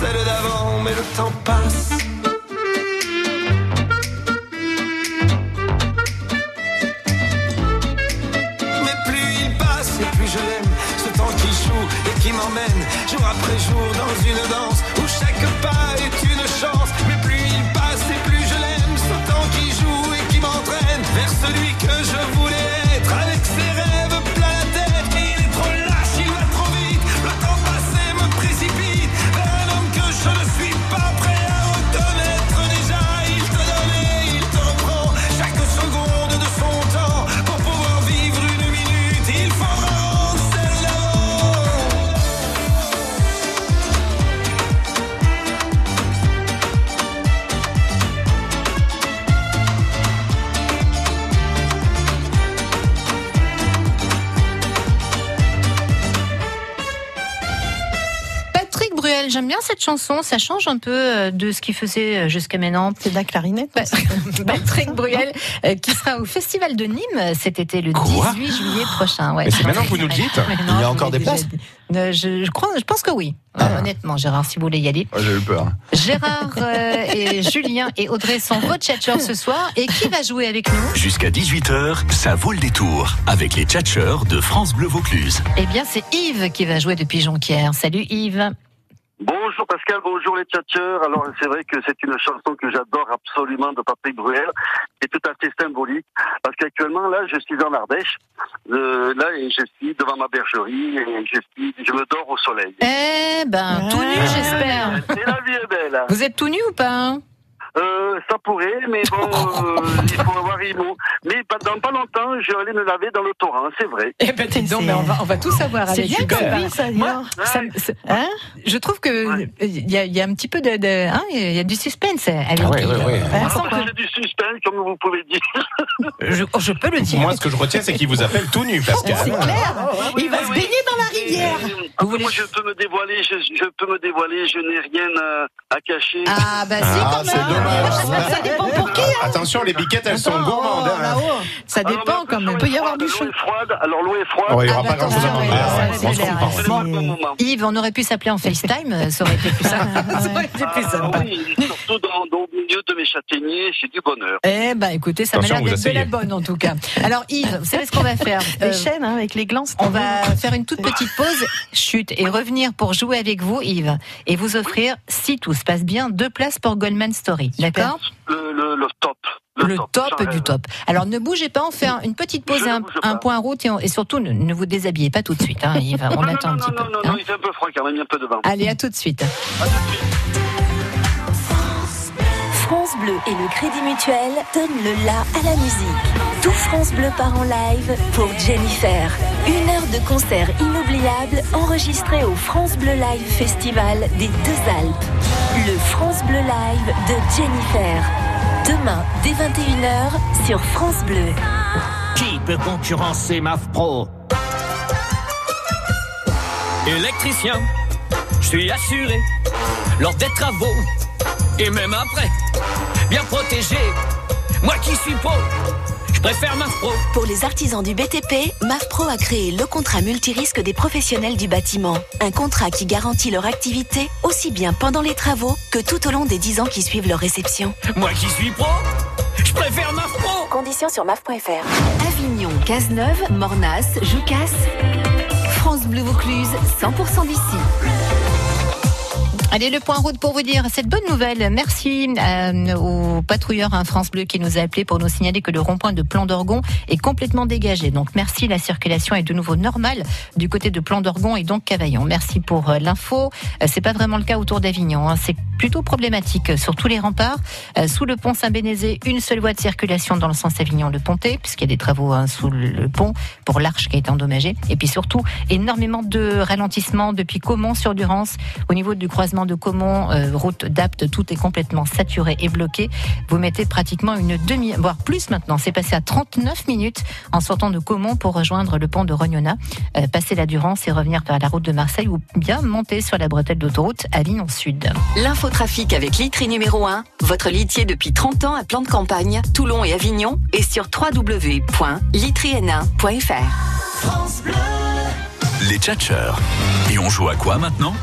Speaker 10: celle d'avant. Mais le temps passe. Mais plus il passe et plus je l'aime Ce temps qui joue et qui m'emmène Jour après jour dans une danse Où chaque pas est une chance Mais plus il passe et plus je l'aime Ce temps qui joue et qui m'entraîne Vers celui que je voulais être Avec ses rêves plein la tête Il est trop lâche, il va trop vite Le temps passé me précipite Vers un homme que je ne suis pas prêt à reconnaître déjà Il te donne et il te reprend Chaque seconde de son temps Pour pouvoir vivre une minute Il faudra rendre celle d'avant
Speaker 2: Patrick Bruel, j'aime bien cette chanson, ça change un peu euh, de ce qu'il faisait euh, jusqu'à maintenant.
Speaker 5: C'est de la clarinette. hein,
Speaker 2: Pa- Patrick Bruel, euh, qui sera au Festival de Nîmes cet été, le
Speaker 4: Quoi
Speaker 2: 18 juillet prochain. Ouais.
Speaker 4: Mais c'est maintenant que vous nous le dites
Speaker 2: Mais non,
Speaker 6: Il y a
Speaker 2: je vous
Speaker 6: encore
Speaker 2: l'ai
Speaker 6: des
Speaker 2: déjà
Speaker 6: places
Speaker 2: dit. Euh, je, je crois, je pense que oui. Euh, Honnêtement, Gérard, si vous voulez y aller.
Speaker 6: Oh, J'ai eu peur.
Speaker 2: Gérard euh, et Julien et Audrey sont vos tchatcheurs ce soir. Et qui va jouer avec nous
Speaker 1: Jusqu'à 18h, ça vaut le détour avec les tchatcheurs de France Bleu Vaucluse.
Speaker 2: Eh bien, c'est Yves qui va jouer depuis Jonquière. Salut Yves.
Speaker 11: Bonjour Pascal, bonjour les tchatcheurs. Alors c'est vrai que c'est une chanson que j'adore absolument de Patrick Bruel. C'est tout à fait symbolique parce qu'actuellement là je suis en Ardèche. Euh, là et je suis devant ma bergerie et je suis, je me dors au soleil.
Speaker 2: Eh ben, tout nu, j'espère.
Speaker 11: Et la vie est belle. hein.
Speaker 2: Vous êtes tout nu ou pas hein
Speaker 11: Euh, ça pourrait, mais bon, euh, il faut avoir Imo. Mais pas- dans pas longtemps, je vais aller me laver dans le torrent, c'est vrai.
Speaker 12: Eh ben, dis donc, mais on va, on va tout savoir
Speaker 5: C'est
Speaker 12: avec
Speaker 5: bien
Speaker 12: Hubert.
Speaker 5: comme vie, ça, dis
Speaker 12: Moi,
Speaker 5: donc.
Speaker 12: ça me- c'est-
Speaker 5: Hein
Speaker 12: je trouve que
Speaker 11: Ouais.
Speaker 12: il y, a- il y a un petit peu de, de- hein, il y a du suspense
Speaker 2: hein,
Speaker 12: avec
Speaker 4: Ah ouais,
Speaker 12: Yves.
Speaker 4: ouais, ouais.
Speaker 12: On sent
Speaker 11: Alors ça, c'est du suspense, comme vous pouvez dire.
Speaker 12: que- je, oh, je peux le dire.
Speaker 4: Moi, ce que je retiens, c'est qu'il vous appelle tout nu, Pascal.
Speaker 12: Ah, C'est clair.
Speaker 5: Ah
Speaker 12: Il va se baigner dans la rivière.
Speaker 11: Après,
Speaker 12: voulez-
Speaker 11: Moi, je peux me dévoiler, je, je peux me dévoiler, je n'ai rien à, à cacher.
Speaker 12: Ah bah si
Speaker 6: Ah,
Speaker 12: quand
Speaker 6: c'est
Speaker 12: même.
Speaker 6: dommage.
Speaker 12: Ça dépend pour qui. hein?
Speaker 4: Attention, Ah, les biquettes, elles sont
Speaker 12: Attends,
Speaker 4: gourmandes.
Speaker 12: oh,
Speaker 4: hein.
Speaker 12: là-haut. Ça
Speaker 11: Alors,
Speaker 12: dépend
Speaker 11: mais
Speaker 12: quand même.
Speaker 11: attention,
Speaker 5: peut y avoir
Speaker 11: l'eau
Speaker 5: du
Speaker 11: est
Speaker 5: chaud.
Speaker 11: froide. Alors, l'eau est froide.
Speaker 4: Ouais, il n'y aura
Speaker 12: Ah,
Speaker 4: pas
Speaker 12: bah,
Speaker 4: grand-chose à
Speaker 12: attends,
Speaker 4: manger.
Speaker 12: ouais,
Speaker 4: hein.
Speaker 12: ça,
Speaker 4: On
Speaker 12: c'est
Speaker 4: se comprend.
Speaker 11: C'est le
Speaker 12: Bon.
Speaker 11: bon moment.
Speaker 2: Yves, on aurait pu s'appeler en FaceTime, euh, ça aurait été plus simple.
Speaker 12: Ça aurait été plus
Speaker 11: Ah,
Speaker 12: sympa.
Speaker 11: oui, surtout dans, dans- au milieu de mes châtaigniers, c'est du bonheur.
Speaker 12: Eh ben écoutez, ça m'a
Speaker 4: Attention,
Speaker 12: l'air
Speaker 4: vous
Speaker 12: d'être de la
Speaker 4: asseyez.
Speaker 12: bonne en tout cas. Alors Yves, vous savez ce qu'on va faire
Speaker 5: Les
Speaker 2: Euh,
Speaker 5: chaînes, hein, avec les glances.
Speaker 2: On va faire une toute petite pause, chute, et revenir pour jouer avec vous, Yves, et vous offrir, si tout se passe bien, deux places pour Goldman Story. D'accord
Speaker 11: Le, le, le top. Le
Speaker 2: le top du top. Alors ne bougez pas, on fait un- une petite pause et un, un point route et, on- et surtout ne, ne vous déshabillez pas tout de suite. hein, Yves, on attend un petit peu.
Speaker 11: Non,
Speaker 12: Hein?
Speaker 11: non, il fait un peu froid quand même, il y a un peu de vent.
Speaker 2: Allez, à tout de suite.
Speaker 13: France Bleu et le Crédit Mutuel donnent le la à la musique. Tout France Bleu part en live pour Jennifer. Une heure de concert inoubliable enregistrée au France Bleu Live Festival des Deux Alpes. Le France Bleu Live de Jennifer. Demain, dès 21h, sur France Bleu.
Speaker 14: Qui peut concurrencer MAF Pro Électricien, je suis assuré lors des travaux et même après, bien protégé. Moi qui suis pro, je préfère MAF Pro.
Speaker 13: Pour les artisans du BTP, MAFPRO a créé le contrat multirisque des professionnels du bâtiment. Un contrat qui garantit leur activité aussi bien pendant les travaux que tout au long des 10 ans qui suivent leur réception.
Speaker 14: Moi qui suis pro, je préfère MAF Pro.
Speaker 13: Conditions sur maf.fr. Avignon, Cazeneuve, Mornas, Jucasse. France Bleu Vaucluse, 100% d'ici.
Speaker 2: Allez, le point route pour vous dire cette bonne nouvelle. Merci euh, au patrouilleur hein, France Bleu qui nous a appelé pour nous signaler que le rond-point de Plan d'Orgon est complètement dégagé. Donc merci, la circulation est de nouveau normale du côté de Plan d'Orgon et donc Cavaillon. Merci pour euh, l'info. Euh, c'est pas vraiment le cas autour d'Avignon. hein. C'est plutôt problématique euh, sur tous les remparts. Euh, sous le pont Saint-Bénézé, une seule voie de circulation dans le sens Avignon-le-Pontet, puisqu'il y a des travaux hein, sous le pont pour l'arche qui a été endommagée. Et puis surtout, énormément de ralentissements depuis Caumont sur Durance. Au niveau du croisement de Caumont, euh, route d'Apte, tout est complètement saturé et bloqué. Vous mettez pratiquement une demi, voire plus maintenant. C'est passé à 39 minutes en sortant de Caumont pour rejoindre le pont de Rognona, euh, passer la Durance et revenir vers la route de Marseille ou bien monter sur la bretelle d'autoroute Avignon Sud.
Speaker 15: L'infotrafic avec Litry numéro 1, votre litier depuis 30 ans à plan de campagne, Toulon et Avignon, et sur www.litryn1.fr.
Speaker 1: Les tchatcheurs. Et on joue à quoi maintenant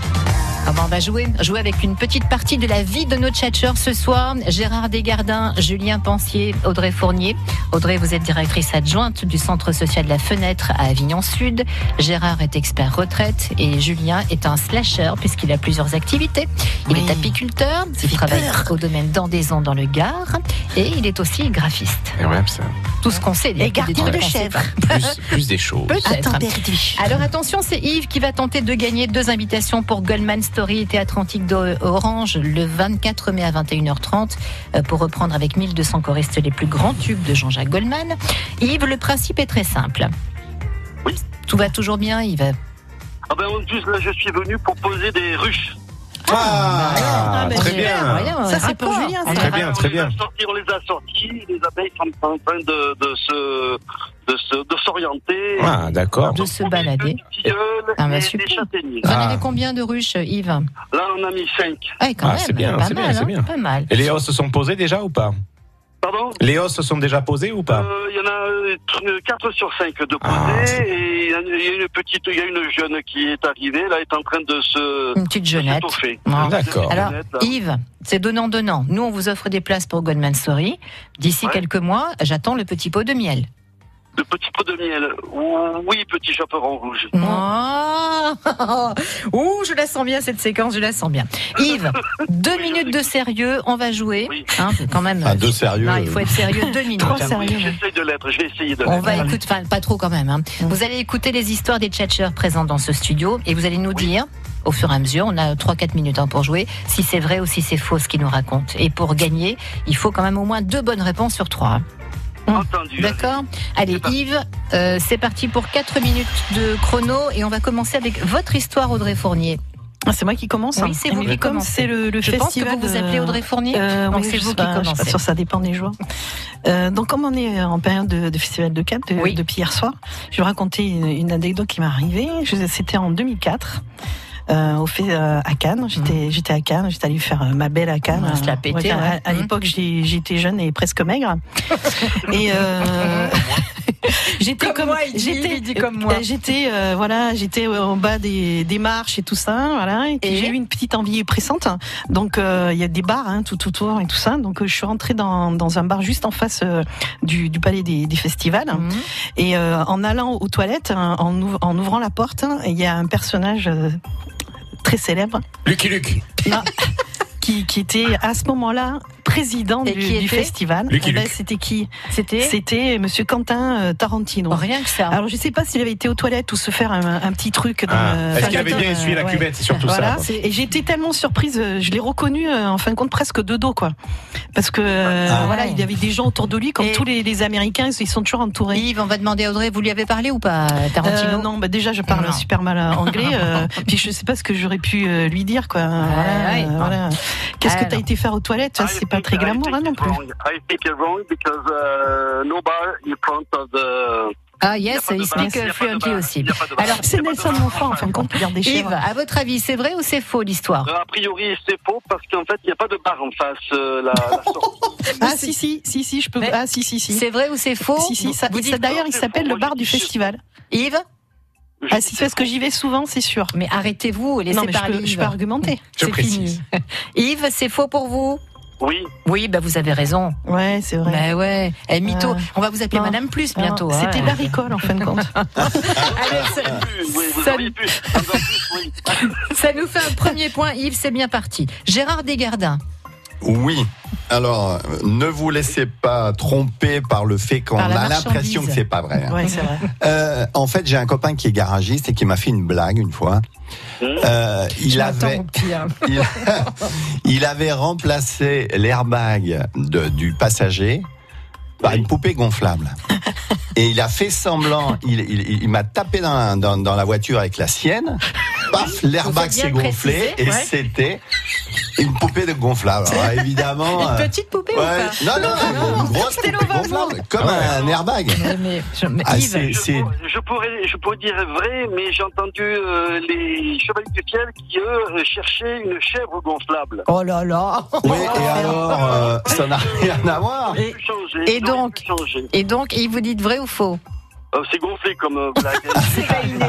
Speaker 2: Ah ben, on va jouer, jouer avec une petite partie de la vie de nos tchatcheurs ce soir. Gérard Desgardins, Julien Pensier, Audrey Fournier. Audrey, vous êtes directrice adjointe du Centre social de la Fenêtre à Avignon Sud. Gérard est expert retraite et Julien est un slasher puisqu'il a plusieurs activités. Il est apiculteur, il travaille au domaine d'Andaison dans le Gard et il est aussi graphiste.
Speaker 4: Et ouais, ça.
Speaker 2: Tout ce qu'on sait. il y a
Speaker 4: Et
Speaker 2: que des
Speaker 4: gardien
Speaker 2: trucs
Speaker 4: de
Speaker 2: qu'on sait
Speaker 4: chèvres.
Speaker 2: pas.
Speaker 4: Plus, plus des choses.
Speaker 2: Peut-être. Alors attention, c'est Yves qui va tenter de gagner deux invitations pour Goldman Story Théâtre Antique d'Orange le 24 mai à 21h30 euh, pour reprendre avec 1200 choristes les plus grands tubes de Jean-Jacques Goldman. Yves, le principe est très simple. Tout va toujours bien, Yves
Speaker 11: Ah ben en plus, là, je suis venu pour poser des ruches.
Speaker 4: Ah,
Speaker 11: Ah, ben,
Speaker 4: très
Speaker 11: c'est
Speaker 4: bien.
Speaker 11: bien,
Speaker 5: Ça, c'est pour Julien.
Speaker 4: Très bien, très bien.
Speaker 11: On les a sortis, les abeilles sont en train de, de se de se de s'orienter.
Speaker 4: Ah, d'accord.
Speaker 2: de se balader.
Speaker 11: Tilleuls
Speaker 2: Ah, bah,
Speaker 11: et
Speaker 2: super.
Speaker 11: des châtaigniers.
Speaker 2: Vous en avez combien de ruches, Yves
Speaker 11: Là, on a mis 5.
Speaker 2: Ah, quand
Speaker 4: Ah,
Speaker 2: même,
Speaker 4: c'est bien,
Speaker 2: pas
Speaker 4: c'est
Speaker 2: mal,
Speaker 4: bien, c'est
Speaker 2: hein,
Speaker 4: bien.
Speaker 2: pas mal.
Speaker 4: Et les os se sont posés déjà ou pas
Speaker 11: Pardon
Speaker 4: Les os se sont déjà posés ou pas
Speaker 11: Euh, Il y en a 4 sur 5 de posés et il y a une- il y a une petite, il y a une jeune qui est arrivée, là, elle est en train de se
Speaker 2: Une petite jeunette.
Speaker 11: s'étoffer.
Speaker 2: Bon.
Speaker 11: Une
Speaker 2: Alors,
Speaker 11: jeunette, là.
Speaker 2: Yves, c'est donnant-donnant. Nous, on vous offre des places pour Goldman Story. D'ici quelques mois, j'attends le petit pot de miel.
Speaker 11: Le petit pot de miel. Oui, petit chaperon rouge.
Speaker 2: Oh Ouh, je la sens bien cette séquence, je la sens bien. Yves, deux minutes de sérieux, on va jouer. Hein, quand même.
Speaker 6: Ah, deux sérieux.
Speaker 2: Non, il faut être sérieux, deux minutes.
Speaker 11: Trois sérieux. J'essaie de l'être, je vais essayer de l'être.
Speaker 2: On va écouter, enfin pas trop quand même. hein. Vous allez écouter les histoires des tchatcheurs présents dans ce studio et vous allez nous dire, au fur et à mesure, on a 3-4 minutes hein, pour jouer, si c'est vrai ou si c'est faux ce qu'ils nous racontent. Et pour gagner, il faut quand même au moins deux bonnes réponses sur trois. hein. D'accord Allez Yves, euh, c'est parti pour 4 minutes de chrono et on va commencer avec votre histoire Audrey Fournier.
Speaker 5: c'est moi qui commence.
Speaker 2: Oui, c'est vous
Speaker 5: Mais
Speaker 2: qui
Speaker 5: comme
Speaker 2: commencez.
Speaker 5: C'est le, le
Speaker 2: Je pense
Speaker 5: festival.
Speaker 2: que vous vous
Speaker 5: euh,
Speaker 2: appelez Audrey Fournier,
Speaker 5: euh,
Speaker 2: donc
Speaker 5: oui,
Speaker 2: c'est
Speaker 5: je
Speaker 2: vous
Speaker 5: sais pas,
Speaker 2: qui
Speaker 5: je suis pas
Speaker 2: commencez.
Speaker 5: sûre, ça dépend des jours. Euh, donc, comme on est en période de, de festival de Cannes de- depuis hier soir, je vais vous raconter une, une anecdote qui m'est arrivée. Je- C'était en 2004. euh, au fait, euh, à Cannes, j'étais j'étais à Cannes, j'étais allée faire euh, ma belle à Cannes.
Speaker 2: On se la péter, hein.
Speaker 5: à-
Speaker 2: ouais. Mmh.
Speaker 5: à à l'époque, j'ai- j'étais jeune et presque maigre. et euh, j'étais comme, moi, j'étais comme moi. J'étais euh, voilà, j'étais euh, en bas des, des marches et tout ça, voilà. Et, puis j'ai eu une petite envie pressante. Donc euh, il y a des bars hein, tout autour et tout ça. Donc euh, je suis rentrée dans, dans un bar juste en face euh, du, du palais des, des festivals. Et euh, en allant aux toilettes, hein, en, ouv- en ouvrant la porte, hein, il y a un personnage euh, très célèbre
Speaker 14: Lucky Luke.
Speaker 5: qui, qui était à ce moment-là président du, du festival.
Speaker 4: Lucky
Speaker 5: Eh ben,
Speaker 4: Luke.
Speaker 5: C'était qui
Speaker 2: C'était
Speaker 5: C'était Monsieur Quentin euh, Tarantino.
Speaker 2: rien que ça.
Speaker 5: Alors je sais pas s'il avait été aux toilettes ou se faire un, un petit truc. dans
Speaker 4: Ah.
Speaker 5: le-
Speaker 4: Est-ce
Speaker 5: Enfin,
Speaker 4: qu'il avait bien
Speaker 5: euh,
Speaker 4: essuyé la
Speaker 5: ouais.
Speaker 4: cuvette, c'est surtout
Speaker 5: Voilà.
Speaker 4: ça.
Speaker 5: Et j'étais tellement surprise, euh, je l'ai reconnu euh, en fin de compte presque de dos quoi, parce que euh,
Speaker 2: Ah ouais.
Speaker 5: voilà, il y avait des gens autour de lui comme
Speaker 2: Et-
Speaker 5: tous les, les Américains, ils sont toujours entourés.
Speaker 2: Yves, on va demander à Audrey, vous lui avez parlé ou pas, Ah, Tarantino
Speaker 5: Euh, Non, bah déjà je parle super mal euh, anglais, euh, puis je sais pas ce que j'aurais pu euh, lui dire quoi. Voilà,
Speaker 11: ouais.
Speaker 5: voilà. Qu'est-ce que
Speaker 11: Alors.
Speaker 5: t'as été faire aux toilettes C'est pas très glamour hein, non plus.
Speaker 11: I think you're wrong because uh, no bar in front of the.
Speaker 2: Ah yes,
Speaker 11: Il y a pas de
Speaker 2: il speak
Speaker 11: base, il y a pas de
Speaker 2: fluently
Speaker 11: base,
Speaker 2: aussi.
Speaker 11: il y a pas de base.
Speaker 2: Alors,
Speaker 5: c'est Nelson Monfort, en fin de compte, qui garde des
Speaker 2: Yves,
Speaker 5: chèvres.
Speaker 2: à votre avis, c'est vrai ou c'est faux l'histoire
Speaker 11: Euh, a priori, c'est faux parce qu'en fait, il n'y a pas de bar en face. euh, la, la sortie.
Speaker 5: Ah si si si si je peux. Ah si si si.
Speaker 2: C'est vrai ou c'est faux
Speaker 5: Si si. ça-
Speaker 2: Vous
Speaker 5: ça-
Speaker 2: dites-
Speaker 5: D'ailleurs, il s'appelle le bar du festival.
Speaker 2: Yves
Speaker 5: Ah si parce que j'y vais souvent, c'est sûr.
Speaker 2: Mais arrêtez-vous, laissez
Speaker 5: Non mais je
Speaker 2: parler
Speaker 5: peux, je
Speaker 2: Yves.
Speaker 5: peux argumenter.
Speaker 2: C'est fini. Yves, c'est faux pour vous
Speaker 11: Oui.
Speaker 2: Oui, bah vous avez raison.
Speaker 5: Ouais, c'est vrai.
Speaker 2: Bah ouais. Eh, mytho,
Speaker 5: Ouais.
Speaker 2: on va vous appeler
Speaker 5: Non.
Speaker 2: Madame Plus
Speaker 5: Non,
Speaker 2: bientôt.
Speaker 5: C'était
Speaker 2: hein.
Speaker 5: Baricole en fin de compte.
Speaker 11: Oui, vous
Speaker 2: Ça-
Speaker 11: auriez pu.
Speaker 2: Ça nous fait un premier point, Yves, c'est bien parti. Gérard Desgardins.
Speaker 6: Oui. Alors, euh, ne vous laissez pas tromper par le fait qu'on
Speaker 2: Par la
Speaker 6: a l'impression
Speaker 2: marchandise.
Speaker 6: que c'est pas vrai. hein.
Speaker 5: Ouais, c'est vrai.
Speaker 6: Euh, en fait, j'ai un copain qui est garagiste et qui m'a fait une blague une fois. Euh, il avait, il, il avait remplacé l'airbag de- du passager par une poupée gonflable. Et il a fait semblant, il, il- il m'a tapé dans la, dans- dans la voiture avec la sienne. Paf, l'airbag
Speaker 2: bien
Speaker 6: s'est gonflé
Speaker 2: préciser,
Speaker 6: et
Speaker 2: ouais.
Speaker 6: c'était une poupée de gonflable. Alors, évidemment.
Speaker 2: Une
Speaker 6: euh,
Speaker 2: petite poupée ou
Speaker 6: ouais,
Speaker 2: pas
Speaker 6: Non, non, une grosse poupée gonflable, comme un airbag.
Speaker 2: Mais- mais- je- mais
Speaker 6: Ah,
Speaker 2: Yves,
Speaker 6: c'est- c'est-
Speaker 11: Je pourrais, je pourrais dire vrai, mais j'ai entendu euh, les chevaliers du ciel qui eux euh, cherchaient une chèvre gonflable.
Speaker 2: Oh là là
Speaker 6: Oui,
Speaker 11: Oh.
Speaker 6: et
Speaker 2: Bah,
Speaker 6: alors, euh, ça n'a rien à voir.
Speaker 2: Et, et donc, et donc, Yves, vous dites vrai ou faux
Speaker 11: Euh, c'est gonflé comme euh, blague.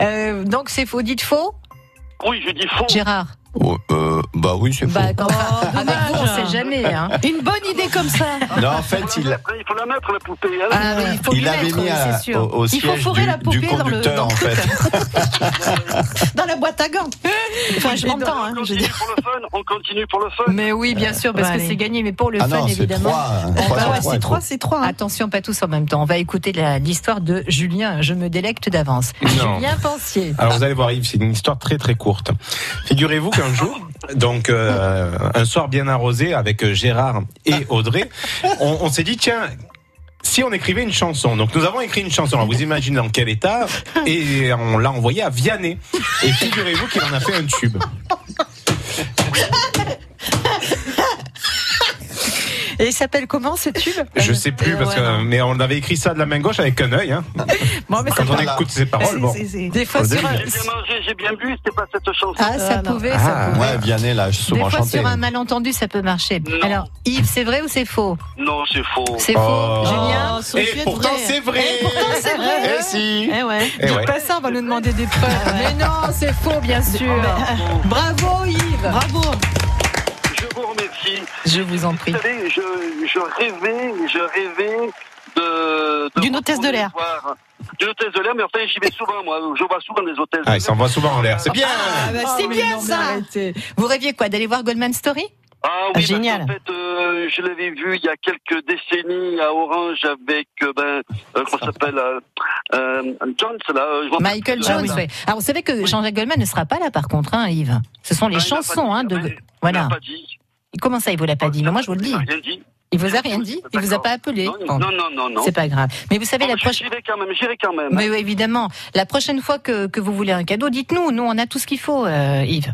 Speaker 2: Euh, Donc c'est faux, dites faux
Speaker 11: Oui, je dis faux.
Speaker 2: Gérard.
Speaker 6: Oh, euh, bah oui, c'est faux.
Speaker 2: Bah, quand avec vous, on sait jamais. Hein.
Speaker 5: Une bonne idée comme ça.
Speaker 6: Non, en fait, il,
Speaker 11: Il faut la mettre la poupée. hein.
Speaker 2: Ah oui, il faut
Speaker 6: il
Speaker 2: lui
Speaker 6: avait
Speaker 2: mettre,
Speaker 6: mis
Speaker 2: oui,
Speaker 6: à-
Speaker 2: c'est sûr.
Speaker 6: au, au
Speaker 5: Il faut
Speaker 6: siège
Speaker 5: fourrer
Speaker 6: du,
Speaker 5: la
Speaker 6: du
Speaker 5: poupée dans le-
Speaker 6: conducteur,
Speaker 5: dans le
Speaker 6: en
Speaker 5: truc.
Speaker 6: fait.
Speaker 5: Dans la boîte à gants. Enfin, je m'entends. Hein, je veux dire.
Speaker 11: Pour le fun, on continue pour le fun.
Speaker 2: Mais oui, bien sûr, parce
Speaker 5: Ouais,
Speaker 2: que
Speaker 5: allez.
Speaker 2: c'est gagné, mais pour le
Speaker 6: Ah
Speaker 2: fun,
Speaker 6: non, c'est
Speaker 2: évidemment.
Speaker 6: trois, hein.
Speaker 2: On
Speaker 6: Trois
Speaker 2: va-
Speaker 6: sur
Speaker 2: ouais, c'est
Speaker 6: trois, il
Speaker 2: trois,
Speaker 6: faut.
Speaker 5: c'est trois. hein.
Speaker 2: Attention, pas tous en même temps. On va écouter la- l'histoire de Julien. Je me délecte d'avance.
Speaker 4: Non.
Speaker 2: Julien Pensier.
Speaker 4: Alors vous allez voir Yves, c'est une histoire très très courte. Figurez-vous qu'un jour, donc euh, un soir bien arrosé avec euh, Gérard et Audrey, on, on s'est dit tiens. Si on écrivait une chanson, donc nous avons écrit une chanson, alors vous imaginez dans quel état, et on l'a envoyée à Vianney. Et figurez-vous qu'il en a fait un tube.
Speaker 2: Et il s'appelle comment ce tube
Speaker 4: Je sais plus, parce que, mais on avait écrit ça de la main gauche avec un œil. Hein.
Speaker 2: Bon, mais ça
Speaker 4: Quand on
Speaker 2: va.
Speaker 4: écoute ses paroles, bon.
Speaker 5: C'est- c'est-
Speaker 2: Des fois
Speaker 4: Audrey,
Speaker 2: sur un...
Speaker 11: J'ai bien mangé, j'ai bien bu, c'était pas cette chanson.
Speaker 2: Ah, ça pouvait, ça pouvait.
Speaker 6: Ouais, Vianney, là, je suis
Speaker 2: Des
Speaker 6: souvent
Speaker 2: fois
Speaker 6: chanté.
Speaker 2: sur un malentendu, ça peut marcher. Alors, Yves, c'est vrai ou c'est faux
Speaker 11: Non, c'est faux.
Speaker 2: C'est
Speaker 6: Oh.
Speaker 2: faux,
Speaker 5: Oh,
Speaker 2: Julien
Speaker 4: Et pourtant c'est vrai.
Speaker 2: c'est vrai.
Speaker 4: Eh si.
Speaker 5: Eh ouais.
Speaker 4: Eh
Speaker 2: Dites
Speaker 4: ouais.
Speaker 2: pas ça, on va nous demander des
Speaker 5: Ah
Speaker 2: preuves. Mais non, c'est faux, bien sûr. Bravo, Yves.
Speaker 5: Bravo.
Speaker 11: Je vous remercie.
Speaker 2: Je vous en
Speaker 11: Vous
Speaker 2: prie.
Speaker 11: savez, je, je rêvais, je rêvais de. de
Speaker 5: D'une hôtesse de l'air.
Speaker 11: voir- D'une hôtesse de l'air, mais en fait, j'y vais souvent, moi. Je vois souvent des hôtesses
Speaker 4: Ah, il
Speaker 11: de l'air.
Speaker 4: s'envoie souvent en l'air. C'est bien.
Speaker 5: Ah,
Speaker 2: Oh,
Speaker 5: bah, c'est bien ça.
Speaker 2: Vous rêviez quoi D'aller voir Goldman Story
Speaker 11: Ah oui, parce
Speaker 5: Génial.
Speaker 11: qu'en fait, euh, je l'avais vu il y a quelques décennies à Orange avec, euh, ben, euh, comment ça s'appelle euh, euh, Jones, là. euh, je m'en
Speaker 2: Michael
Speaker 11: rappelle,
Speaker 2: Jones,
Speaker 11: là.
Speaker 2: oui. Alors, vous savez que Jean-Jacques Goldman ne sera pas là, par contre, hein, Yves. Ce sont les
Speaker 11: Ah, il l'a pas
Speaker 2: chansons,
Speaker 11: dit,
Speaker 2: hein, de.
Speaker 11: il Il
Speaker 2: Voilà.
Speaker 11: l'a pas dit.
Speaker 2: Comment ça, il vous l'a pas dit Mais moi, je vous le dis.
Speaker 11: Il a rien dit.
Speaker 2: Il vous a rien dit Il vous a pas appelé
Speaker 11: Non,
Speaker 2: Bon,
Speaker 11: non, non, non.
Speaker 2: C'est pas grave. Mais vous savez,
Speaker 11: Bon,
Speaker 2: la
Speaker 11: je-
Speaker 2: prochaine.
Speaker 11: J'irai quand même, j'irai quand même.
Speaker 2: Mais oui, évidemment, la prochaine fois que, que vous voulez un cadeau, dites-nous. Nous, on a tout ce qu'il faut, euh, Yves.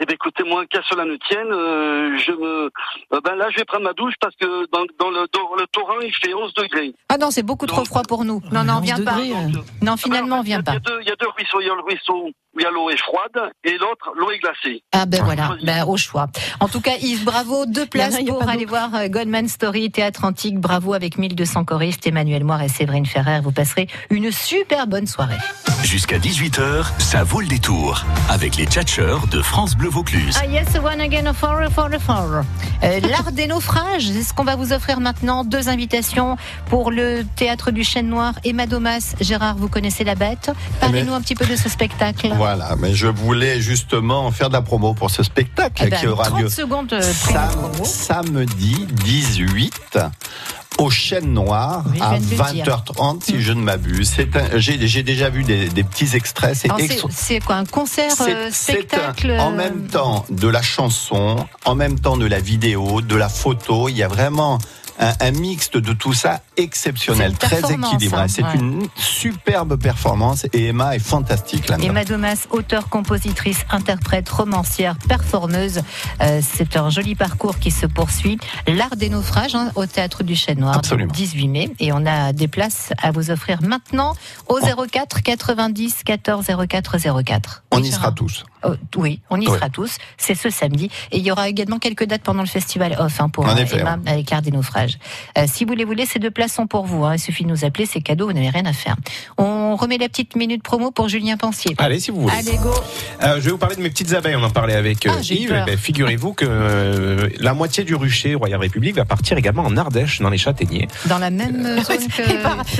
Speaker 11: Eh bien, écoutez, moi, qu'à cela ne tienne, euh, je me, euh, ben là, je vais prendre ma douche parce que dans, dans le, dans le torrent, il fait 11 degrés.
Speaker 2: Ah non, c'est beaucoup trop froid pour nous. Non, non,
Speaker 5: 11
Speaker 2: viens pas.
Speaker 5: degrés, euh.
Speaker 2: Non, finalement,
Speaker 11: Il y, a
Speaker 2: viens pas.
Speaker 11: deux, il y a deux ruisseaux. Il y a le ruisseau où il y a l'eau est froide et l'autre, l'eau est glacée.
Speaker 2: Ah ben voilà, ben, au choix. En tout cas, Yves, bravo, deux places
Speaker 5: Il y en a, il y a
Speaker 2: pour
Speaker 5: pas
Speaker 2: aller voir euh, Goldman Story, Théâtre Antique, bravo avec 1200 choristes, Emmanuel Moir et Séverine Ferrer. Vous passerez une super bonne soirée.
Speaker 1: Jusqu'à 18h, ça vaut le détour avec les tchatcheurs de France Bleu Vaucluse.
Speaker 2: Ah yes, one again of horror, for the horror. Euh, L'art des naufrages, c'est ce qu'on va vous offrir maintenant. Deux invitations pour le théâtre du Chêne Noir. Emma Domas, Gérard, vous connaissez la bête. Parlez-nous un petit peu de ce spectacle.
Speaker 6: Voilà, mais je voulais justement faire de la promo pour ce spectacle
Speaker 2: Eh ben,
Speaker 6: qui aura
Speaker 2: 30
Speaker 6: lieu
Speaker 2: secondes euh, pour
Speaker 6: sam-
Speaker 2: la promo.
Speaker 6: samedi 18 au Chêne Noir
Speaker 2: Oui, je
Speaker 6: à
Speaker 2: viens de le dire. Mm.
Speaker 6: 20h30 si je ne m'abuse. C'est un- J'ai j'ai déjà vu des, des petits extraits. C'est
Speaker 2: Alors, Oh, C'est
Speaker 6: extra-
Speaker 2: c'est quoi un concert,
Speaker 6: C'est-
Speaker 2: euh,
Speaker 6: c'est un-
Speaker 2: spectacle
Speaker 6: en
Speaker 2: euh,
Speaker 6: même temps de la chanson, en même temps de la vidéo, de la photo. Il y a vraiment un, un mixte de tout ça exceptionnel,
Speaker 2: C'est une
Speaker 6: très
Speaker 2: performance,
Speaker 6: équilibré.
Speaker 2: hein,
Speaker 6: c'est
Speaker 2: ouais.
Speaker 6: une superbe performance et Emma est fantastique là-dedans.
Speaker 2: Emma Domas, auteure, compositrice, interprète, romancière, performeuse. Euh, c'est un joli parcours qui se poursuit. L'art des naufrages hein, au théâtre du Chêne Noir, le
Speaker 6: Absolument.
Speaker 2: 18 mai. Et on a des places à vous offrir maintenant
Speaker 6: Oh.
Speaker 2: au 04 90 14 04 04.
Speaker 6: On y sera tous.
Speaker 2: Euh, oui, on y
Speaker 6: Oui.
Speaker 2: sera tous. C'est ce samedi. Et il y aura également quelques dates pendant le festival off hein, pour
Speaker 6: En
Speaker 2: euh,
Speaker 6: effet,
Speaker 2: Emma avec l'art des naufrages. Euh, si vous les voulez, ces deux places sont pour vous. hein. Il suffit de nous appeler, c'est cadeau, vous n'avez rien à faire. On remet la petite minute promo pour Julien Pensier.
Speaker 4: Allez, si vous voulez.
Speaker 2: Allez, go.
Speaker 4: Euh, je vais vous parler de mes petites abeilles. On en parlait avec euh,
Speaker 2: Ah, j'ai
Speaker 4: Yves.
Speaker 2: peur.
Speaker 4: Eh ben, Figurez-vous que euh, la moitié du rucher Royal République va partir également en Ardèche, dans les châtaigniers.
Speaker 2: Dans la même euh, zone que.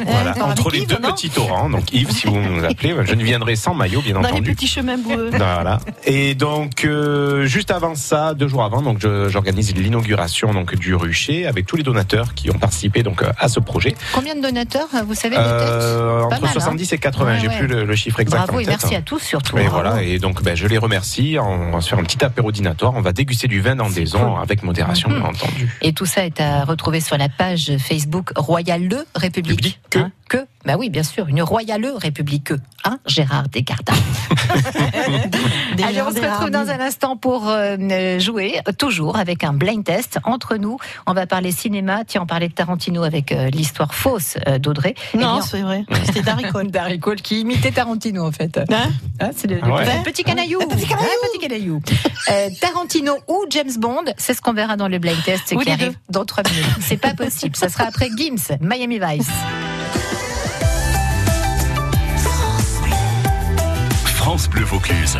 Speaker 4: Voilà, entre les deux petits torrents. Donc Yves, si vous nous appelez, je ne viendrai sans maillot, bien
Speaker 5: Dans les
Speaker 4: entendu.
Speaker 5: petits chemins boueux.
Speaker 4: Voilà. Et donc, euh, juste avant ça, deux jours avant, donc je- j'organise l'inauguration donc du rucher avec tous les donateurs qui ont participé donc euh, à ce projet.
Speaker 2: Combien de donateurs, euh, vous savez, de
Speaker 4: Euh,
Speaker 2: têtes Pas
Speaker 4: entre
Speaker 2: mal, hein.
Speaker 4: 70 et 80,
Speaker 2: Ouais,
Speaker 4: j'ai
Speaker 2: ouais.
Speaker 4: plus le, le chiffre exact.
Speaker 2: Bravo
Speaker 4: en
Speaker 2: et
Speaker 4: tête. hein.
Speaker 2: merci à tous, surtout. hein.
Speaker 4: Et
Speaker 2: Bravo.
Speaker 4: voilà, et donc ben, je les remercie. On va se faire un petit apérodinatoire. On va déguster du vin dans des ans avec modération, bien entendu.
Speaker 2: Et tout ça est à retrouver sur la page Facebook Royale République. Que, que Bah oui, bien sûr, une Royale République. Hein, Gérard Descartes. Allez, on se retrouve dans un instant pour euh, jouer, toujours avec un blind test. Entre nous, on va parler cinéma. Tiens, on parlait de Tarantino avec euh, l'histoire fausse euh, d'Audrey. Eh
Speaker 5: Non,
Speaker 2: bien,
Speaker 5: Hein, c'est vrai. C'était Darry Cole.
Speaker 2: Darry Cole qui imitait Tarantino en fait. Hein, c'est le, le
Speaker 5: Ah ouais.
Speaker 2: petit- petit canaillou.
Speaker 5: Le petit canaillou.
Speaker 2: Ouais, petit canaillou. Euh, Tarantino ou James Bond, c'est ce qu'on verra dans le blind test
Speaker 5: Ou
Speaker 2: qui
Speaker 5: les
Speaker 2: arrive dans 3 minutes. C'est pas possible, ça sera après Gims, Miami Vice.
Speaker 1: France Bleu Vaucluse.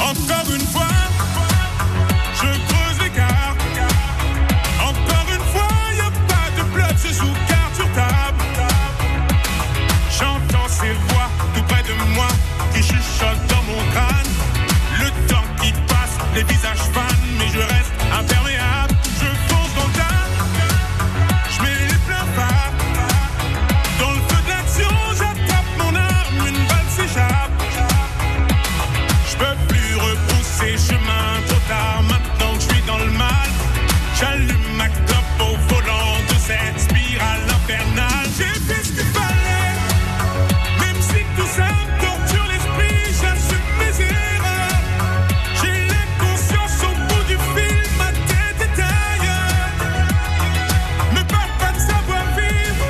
Speaker 16: Encore une fois, je creuse l'écart. Encore une fois, y a pas de bloc, je joue carte sur table. J'entends ces voix tout près de moi qui chuchotent dans mon crâne. Le temps qui passe, les visages fans, mais je reste imperméable. Je fonce dans le tas, je mets les pleins phares. Dans le feu de l'action, j'attrape mon arme, une balle s'échappe. Je peux plus repousser chemin trop tard maintenant que je suis dans le mal. J'allume ma clope au volant de cette spirale infernale. J'ai fait ce qu'il fallait, même si tout ça me torture l'esprit, j'assume mes erreurs. J'ai la conscience au bout du fil, ma tête est ailleurs. Me parle pas de savoir vivre,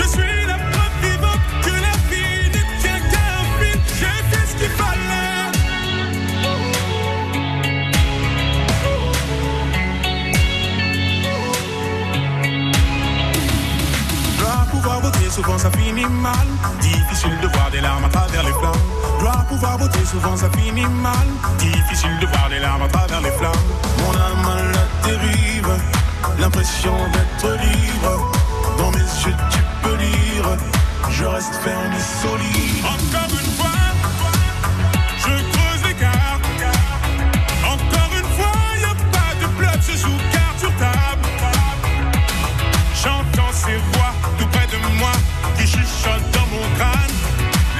Speaker 16: je suis la preuve vivante que la vie ne tient qu'à un fil. J'ai fait ce qu'il fallait. Dois pouvoir voter, souvent ça finit mal. Difficile de voir des larmes à travers les flammes. Dois pouvoir voter, souvent ça finit mal. Difficile de voir des larmes à travers les flammes. Mon âme à la dérive, l'impression d'être libre. Dans mes yeux, tu peux lire, je reste ferme et solide. Encore une fois, je creuse l'écart. Encore une fois, y a pas de bloc, je joue carte sur table. J'entends ces voix tout près de moi qui chuchotent dans mon crâne.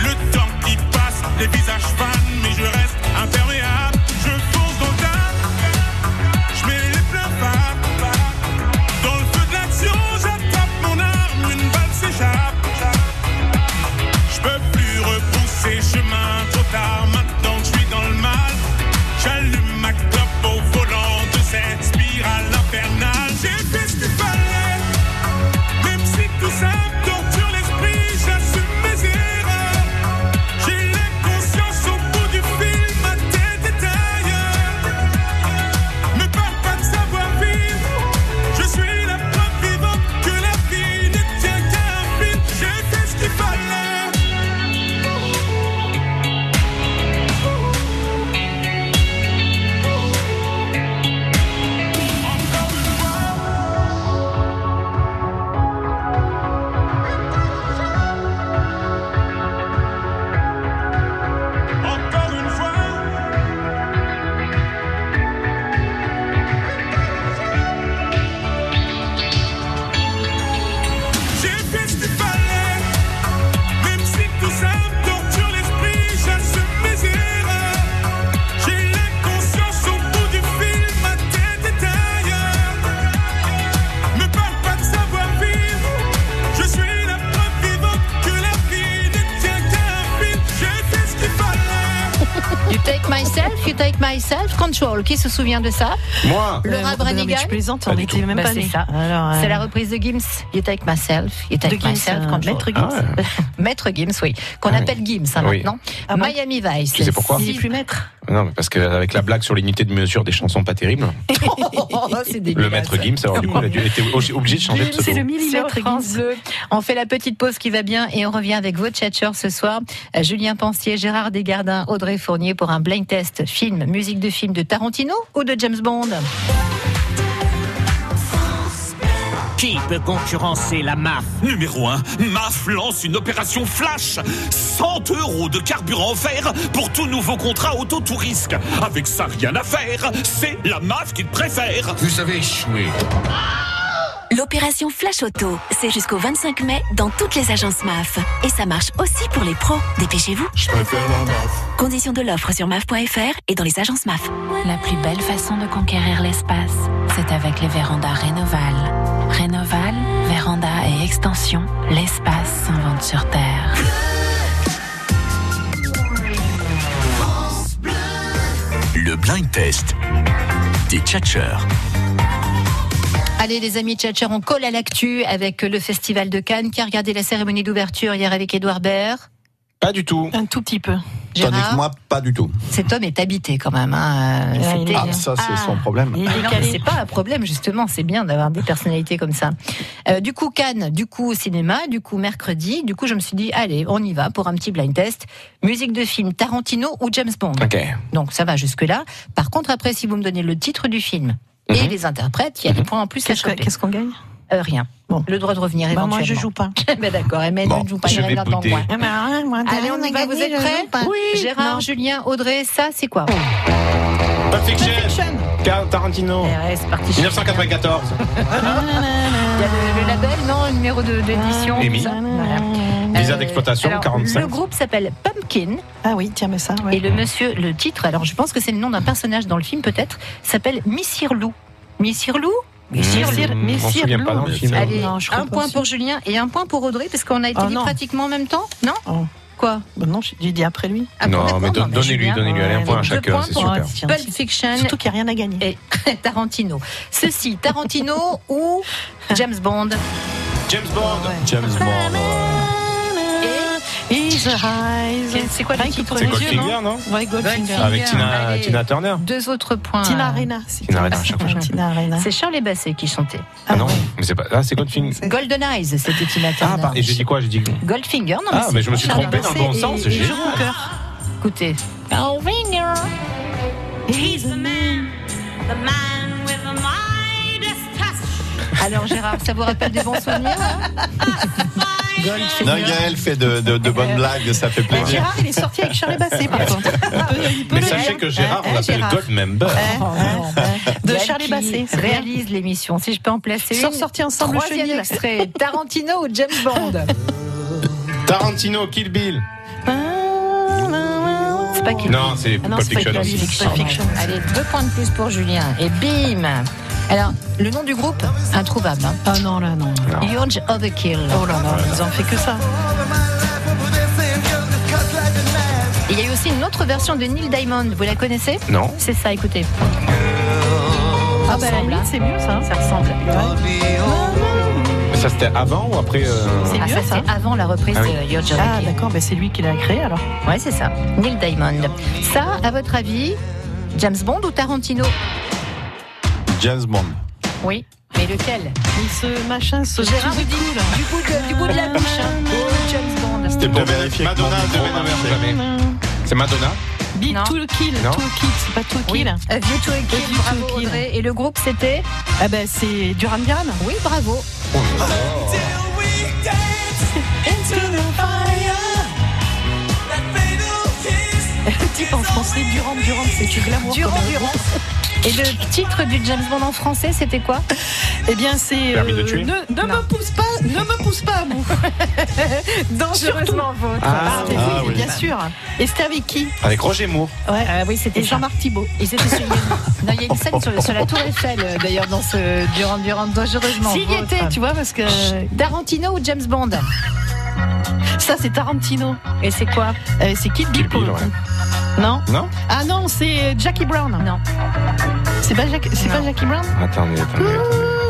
Speaker 16: Le temps qui passe, les visages fans, mais je reste imperméable. Je fonce dans le tas, je mets les pleins phares. Dans le feu de l'action, j'attrape mon arme, une balle s'échappe. Je peux plus repousser
Speaker 2: If You Take Myself, Control. Qui se souvient de ça
Speaker 4: Moi.
Speaker 2: Laura Branigan.
Speaker 5: Je plaisante, on n'était même
Speaker 2: Bah,
Speaker 5: pas
Speaker 2: c'est
Speaker 5: nés.
Speaker 2: ça.
Speaker 5: Alors,
Speaker 2: C'est
Speaker 5: euh,
Speaker 2: la reprise de Gims. You Take Myself, You Take
Speaker 5: De Gims,
Speaker 2: Myself,
Speaker 5: euh,
Speaker 2: Control.
Speaker 5: Maître Gims. Ah
Speaker 2: Maître Gims, oui. Qu'on appelle Gims hein,
Speaker 4: Ah Oui.
Speaker 2: maintenant. Miami Vice.
Speaker 4: Tu sais pourquoi
Speaker 2: Si-
Speaker 4: Il est plus Non, mais parce qu'avec la blague sur l'unité de mesure des chansons pas terribles,
Speaker 2: Oh, c'est
Speaker 4: le
Speaker 2: dégueulasse.
Speaker 4: maître Gims, alors du coup, il a dû- il était obligé de changer de
Speaker 2: C'est
Speaker 4: pseudo.
Speaker 2: le millimètre France Bleu. On fait la petite pause qui va bien et on revient avec vos tchatcheurs ce soir. Euh, Julien Pensier, Gérard Desgardins, Audrey Fournier pour un blind test film, musique de film de Tarantino ou de James Bond
Speaker 17: Qui peut concurrencer la MAF
Speaker 16: Numéro 1, MAF lance une opération flash 100 euros de carburant offert pour tout nouveau contrat auto-tout risque. Avec ça, rien à faire, c'est la MAF qu'il préfère. Vous savez échoué.
Speaker 13: L'opération Flash Auto, c'est jusqu'au 25 mai dans toutes les agences MAF. Et ça marche aussi pour les pros. Dépêchez-vous. Je préfère la MAF. Conditions de l'offre sur MAF.fr et dans les agences MAF.
Speaker 18: La plus belle façon de conquérir l'espace, c'est avec les vérandas Rénoval. Rénoval, véranda et extension, l'espace s'invente sur Terre.
Speaker 1: Le blind test des tchatcheurs.
Speaker 2: Allez les amis tchatcheurs, on colle à l'actu avec le Festival de Cannes. Qui a regardé la cérémonie d'ouverture hier avec Édouard Baird
Speaker 4: Pas du tout.
Speaker 5: Un tout petit peu.
Speaker 6: Tandis que moi, pas du tout.
Speaker 2: Cet homme est habité quand même. hein. Euh, c'était-
Speaker 6: Ah, ça, c'est son problème.
Speaker 2: Ah non, mais c'est pas un problème justement, c'est bien d'avoir des personnalités comme ça. Euh, du coup Cannes, du coup cinéma, du coup mercredi, du coup je me suis dit allez on y va pour un petit blind test, musique de film Tarantino ou James Bond.
Speaker 4: Ok.
Speaker 2: Donc ça va jusque là. Par contre après si vous me donnez le titre du film
Speaker 5: Mhm.
Speaker 2: et les interprètes, il y a des points en plus à choper.
Speaker 5: Qu'est-ce qu'on gagne
Speaker 2: Euh, rien. Le droit de revenir
Speaker 5: Bah,
Speaker 2: éventuellement.
Speaker 5: moi, je joue pas.
Speaker 2: ben d'accord, Emmanuel ne joue pas.
Speaker 5: je
Speaker 2: Irène
Speaker 5: vais
Speaker 2: Lordon,
Speaker 5: bouder.
Speaker 2: moi.
Speaker 5: Ah, mais rien, moi, de
Speaker 2: Allez,
Speaker 5: rien,
Speaker 2: on
Speaker 5: on
Speaker 2: y va.
Speaker 5: gagne,
Speaker 2: Vous êtes
Speaker 5: je joue pas.
Speaker 2: prêts
Speaker 5: Oui.
Speaker 2: Gérard,
Speaker 5: Non.
Speaker 2: Julien, Audrey, ça c'est quoi
Speaker 5: Oh.
Speaker 4: Pulp Fiction. Car- Tarantino.
Speaker 2: ouais, c'est parti.
Speaker 4: 1994.
Speaker 5: Ah
Speaker 2: Il y a le, le label, non, le numéro de d'édition.
Speaker 4: Emmy.
Speaker 2: tout ça. Voilà.
Speaker 4: Visa
Speaker 2: Euh,
Speaker 4: d'exploitation,
Speaker 2: alors,
Speaker 4: 45.
Speaker 2: Le groupe s'appelle Pumpkin.
Speaker 5: Ah oui, tiens, mais ça.
Speaker 2: Et le monsieur, le titre, alors je pense que c'est le nom d'un personnage dans le film peut-être, s'appelle Missir Lou. Missir Lou
Speaker 5: Missir-
Speaker 4: Missir- on se souvient pas dans le film.
Speaker 2: Allez,
Speaker 4: Non,
Speaker 5: je crois
Speaker 2: un
Speaker 5: pas
Speaker 2: point
Speaker 5: aussi.
Speaker 2: pour Julien et un point pour Audrey, parce qu'on a été
Speaker 5: Oh,
Speaker 2: dit
Speaker 5: non.
Speaker 2: pratiquement en même temps, non Quoi
Speaker 5: Bah Non, j'ai j'ai dit après lui.
Speaker 2: Ah,
Speaker 4: Non, mais don- donnez-lui, donnez-lui. Allez, un point à chacun, c'est super.
Speaker 2: Pulp Fiction. Surtout
Speaker 5: qu'il n'y a rien à gagner.
Speaker 2: Et Tarantino. Ceci, Tarantino ou James Bond
Speaker 4: James Bond.
Speaker 6: James Bond.
Speaker 5: Is eyes.
Speaker 2: C'est quoi le titre
Speaker 4: C'est Goldfinger, non
Speaker 5: Ouais, Goldfinger.
Speaker 4: Avec Tina, Ah, Tina Turner.
Speaker 2: Deux autres points.
Speaker 5: Tina Arena.
Speaker 4: Tina Arena, à chaque fois.
Speaker 2: C'est Charles Basset qui chantait.
Speaker 4: Ah non, mais c'est pas. Ah, c'est Goldfinger.
Speaker 2: Golden Eyes, c'était Tina Turner.
Speaker 4: Ah, pardon. Et j'ai dit quoi J'ai dit.
Speaker 2: Goldfinger, non
Speaker 4: Ah,
Speaker 2: c'est
Speaker 4: mais je me suis
Speaker 2: Charles
Speaker 4: trompé dans le
Speaker 2: Basset
Speaker 4: bon
Speaker 2: et-
Speaker 4: sens, c'est
Speaker 2: et
Speaker 4: génial.
Speaker 2: Joe Cocker. Écoutez.
Speaker 19: Goldfinger. He's the man, the man with the Midas touch.
Speaker 2: Alors Gérard, ça vous rappelle des bons souvenirs hein
Speaker 6: Non, Gaël fait de, de- de bonnes blagues, ça fait
Speaker 5: Bah,
Speaker 6: plaisir.
Speaker 5: Gérard, il est sorti avec Charlie Basset, par contre. Il peut- il peut
Speaker 4: Mais
Speaker 5: le
Speaker 4: sachez
Speaker 5: dire.
Speaker 4: que Gérard,
Speaker 5: Eh,
Speaker 4: on l'appelle
Speaker 5: Gérard.
Speaker 4: Goldmember.
Speaker 5: Eh, De
Speaker 2: Gaël
Speaker 5: Charlie
Speaker 2: qui
Speaker 5: Basset. c'est bien.
Speaker 2: réalise l'émission. Si je peux en placer
Speaker 5: Ils
Speaker 2: une.
Speaker 5: sont sortis ensemble, le
Speaker 2: Troisième
Speaker 5: chenil.
Speaker 2: extrait. Tarantino ou James Bond
Speaker 4: Tarantino, Kill Bill.
Speaker 2: C'est pas Kill
Speaker 4: Non, c'est
Speaker 2: Ah non,
Speaker 4: Pulp
Speaker 2: c'est pas Kill
Speaker 4: Fiction.
Speaker 2: Bill, c'est Pulp Fiction. Allez, deux points de plus pour Julien. Et bim Alors, le nom du groupe Introuvable. hein.
Speaker 5: Ah non, là, non.
Speaker 2: Huge Overkill.
Speaker 5: Oh là là, ils ont fait que ça.
Speaker 2: Il y a eu aussi une autre version de Neil Diamond. Vous la connaissez
Speaker 4: Non.
Speaker 2: C'est ça, écoutez. Ah bah,
Speaker 5: ressemble,
Speaker 2: c'est mieux ça. Ça ressemble.
Speaker 4: Ça, c'était avant ou après euh,
Speaker 2: Ah, ça, c'est avant la reprise
Speaker 4: Ah oui.
Speaker 2: de Huge
Speaker 5: Ah
Speaker 2: Overkill.
Speaker 5: d'accord, bah, c'est lui qui l'a créé alors.
Speaker 2: Ouais, c'est ça. Neil Diamond. Ça, à votre avis, James Bond ou Tarantino
Speaker 6: James Bond.
Speaker 2: Oui. Mais lequel
Speaker 5: Et ce machin, ce
Speaker 2: Gérard,
Speaker 5: petit
Speaker 2: du, du bout de, du bout de la bouche. hein. Oh, James Bond.
Speaker 4: C'était
Speaker 6: pour
Speaker 4: vérifier. Madonna, demain, jamais. C'est Madonna.
Speaker 5: Big
Speaker 2: Non.
Speaker 5: to the kill,
Speaker 4: Non.
Speaker 5: to the kill, c'est pas to the kill.
Speaker 2: Euh, View to a Kill,
Speaker 5: View to a
Speaker 2: bravo
Speaker 5: Kill.
Speaker 2: Audrey. Et le groupe, c'était
Speaker 5: Ah ben c'est Duran Duran.
Speaker 2: Oui, bravo.
Speaker 5: Le type en français, Durand Durand, c'est du glamour.
Speaker 2: Durand
Speaker 5: comme-
Speaker 2: Durand. Et le titre du James Bond en français, c'était quoi
Speaker 5: Eh bien c'est.
Speaker 2: Permis de tuer
Speaker 5: ne ne me pousse pas, ne me pousse pas à bout.
Speaker 2: Dangereusement vôtre.
Speaker 5: Ah, mais oui,
Speaker 4: ah
Speaker 5: mais
Speaker 4: oui.
Speaker 5: bien sûr. Et c'était avec qui
Speaker 4: Avec Roger Moore.
Speaker 5: Ouais.
Speaker 2: Ah oui,
Speaker 5: Et Jean-Marc Thibault.
Speaker 2: Et c'était sur- Non, il y a une scène sur, sur la Tour Eiffel, euh, d'ailleurs, dans ce Durand Durand dangereusement.
Speaker 5: S'il y
Speaker 2: vôtre.
Speaker 5: était, tu vois, parce que
Speaker 2: Tarantino ou James Bond
Speaker 5: ça c'est Tarantino.
Speaker 2: Et c'est quoi
Speaker 5: Euh, c'est Kid Bill. pour le coup. Non
Speaker 4: Non
Speaker 5: Ah non, c'est Jackie Brown. Non. C'est pas, Jack- c'est pas Jackie Brown
Speaker 4: Attendez, attendez, attendez.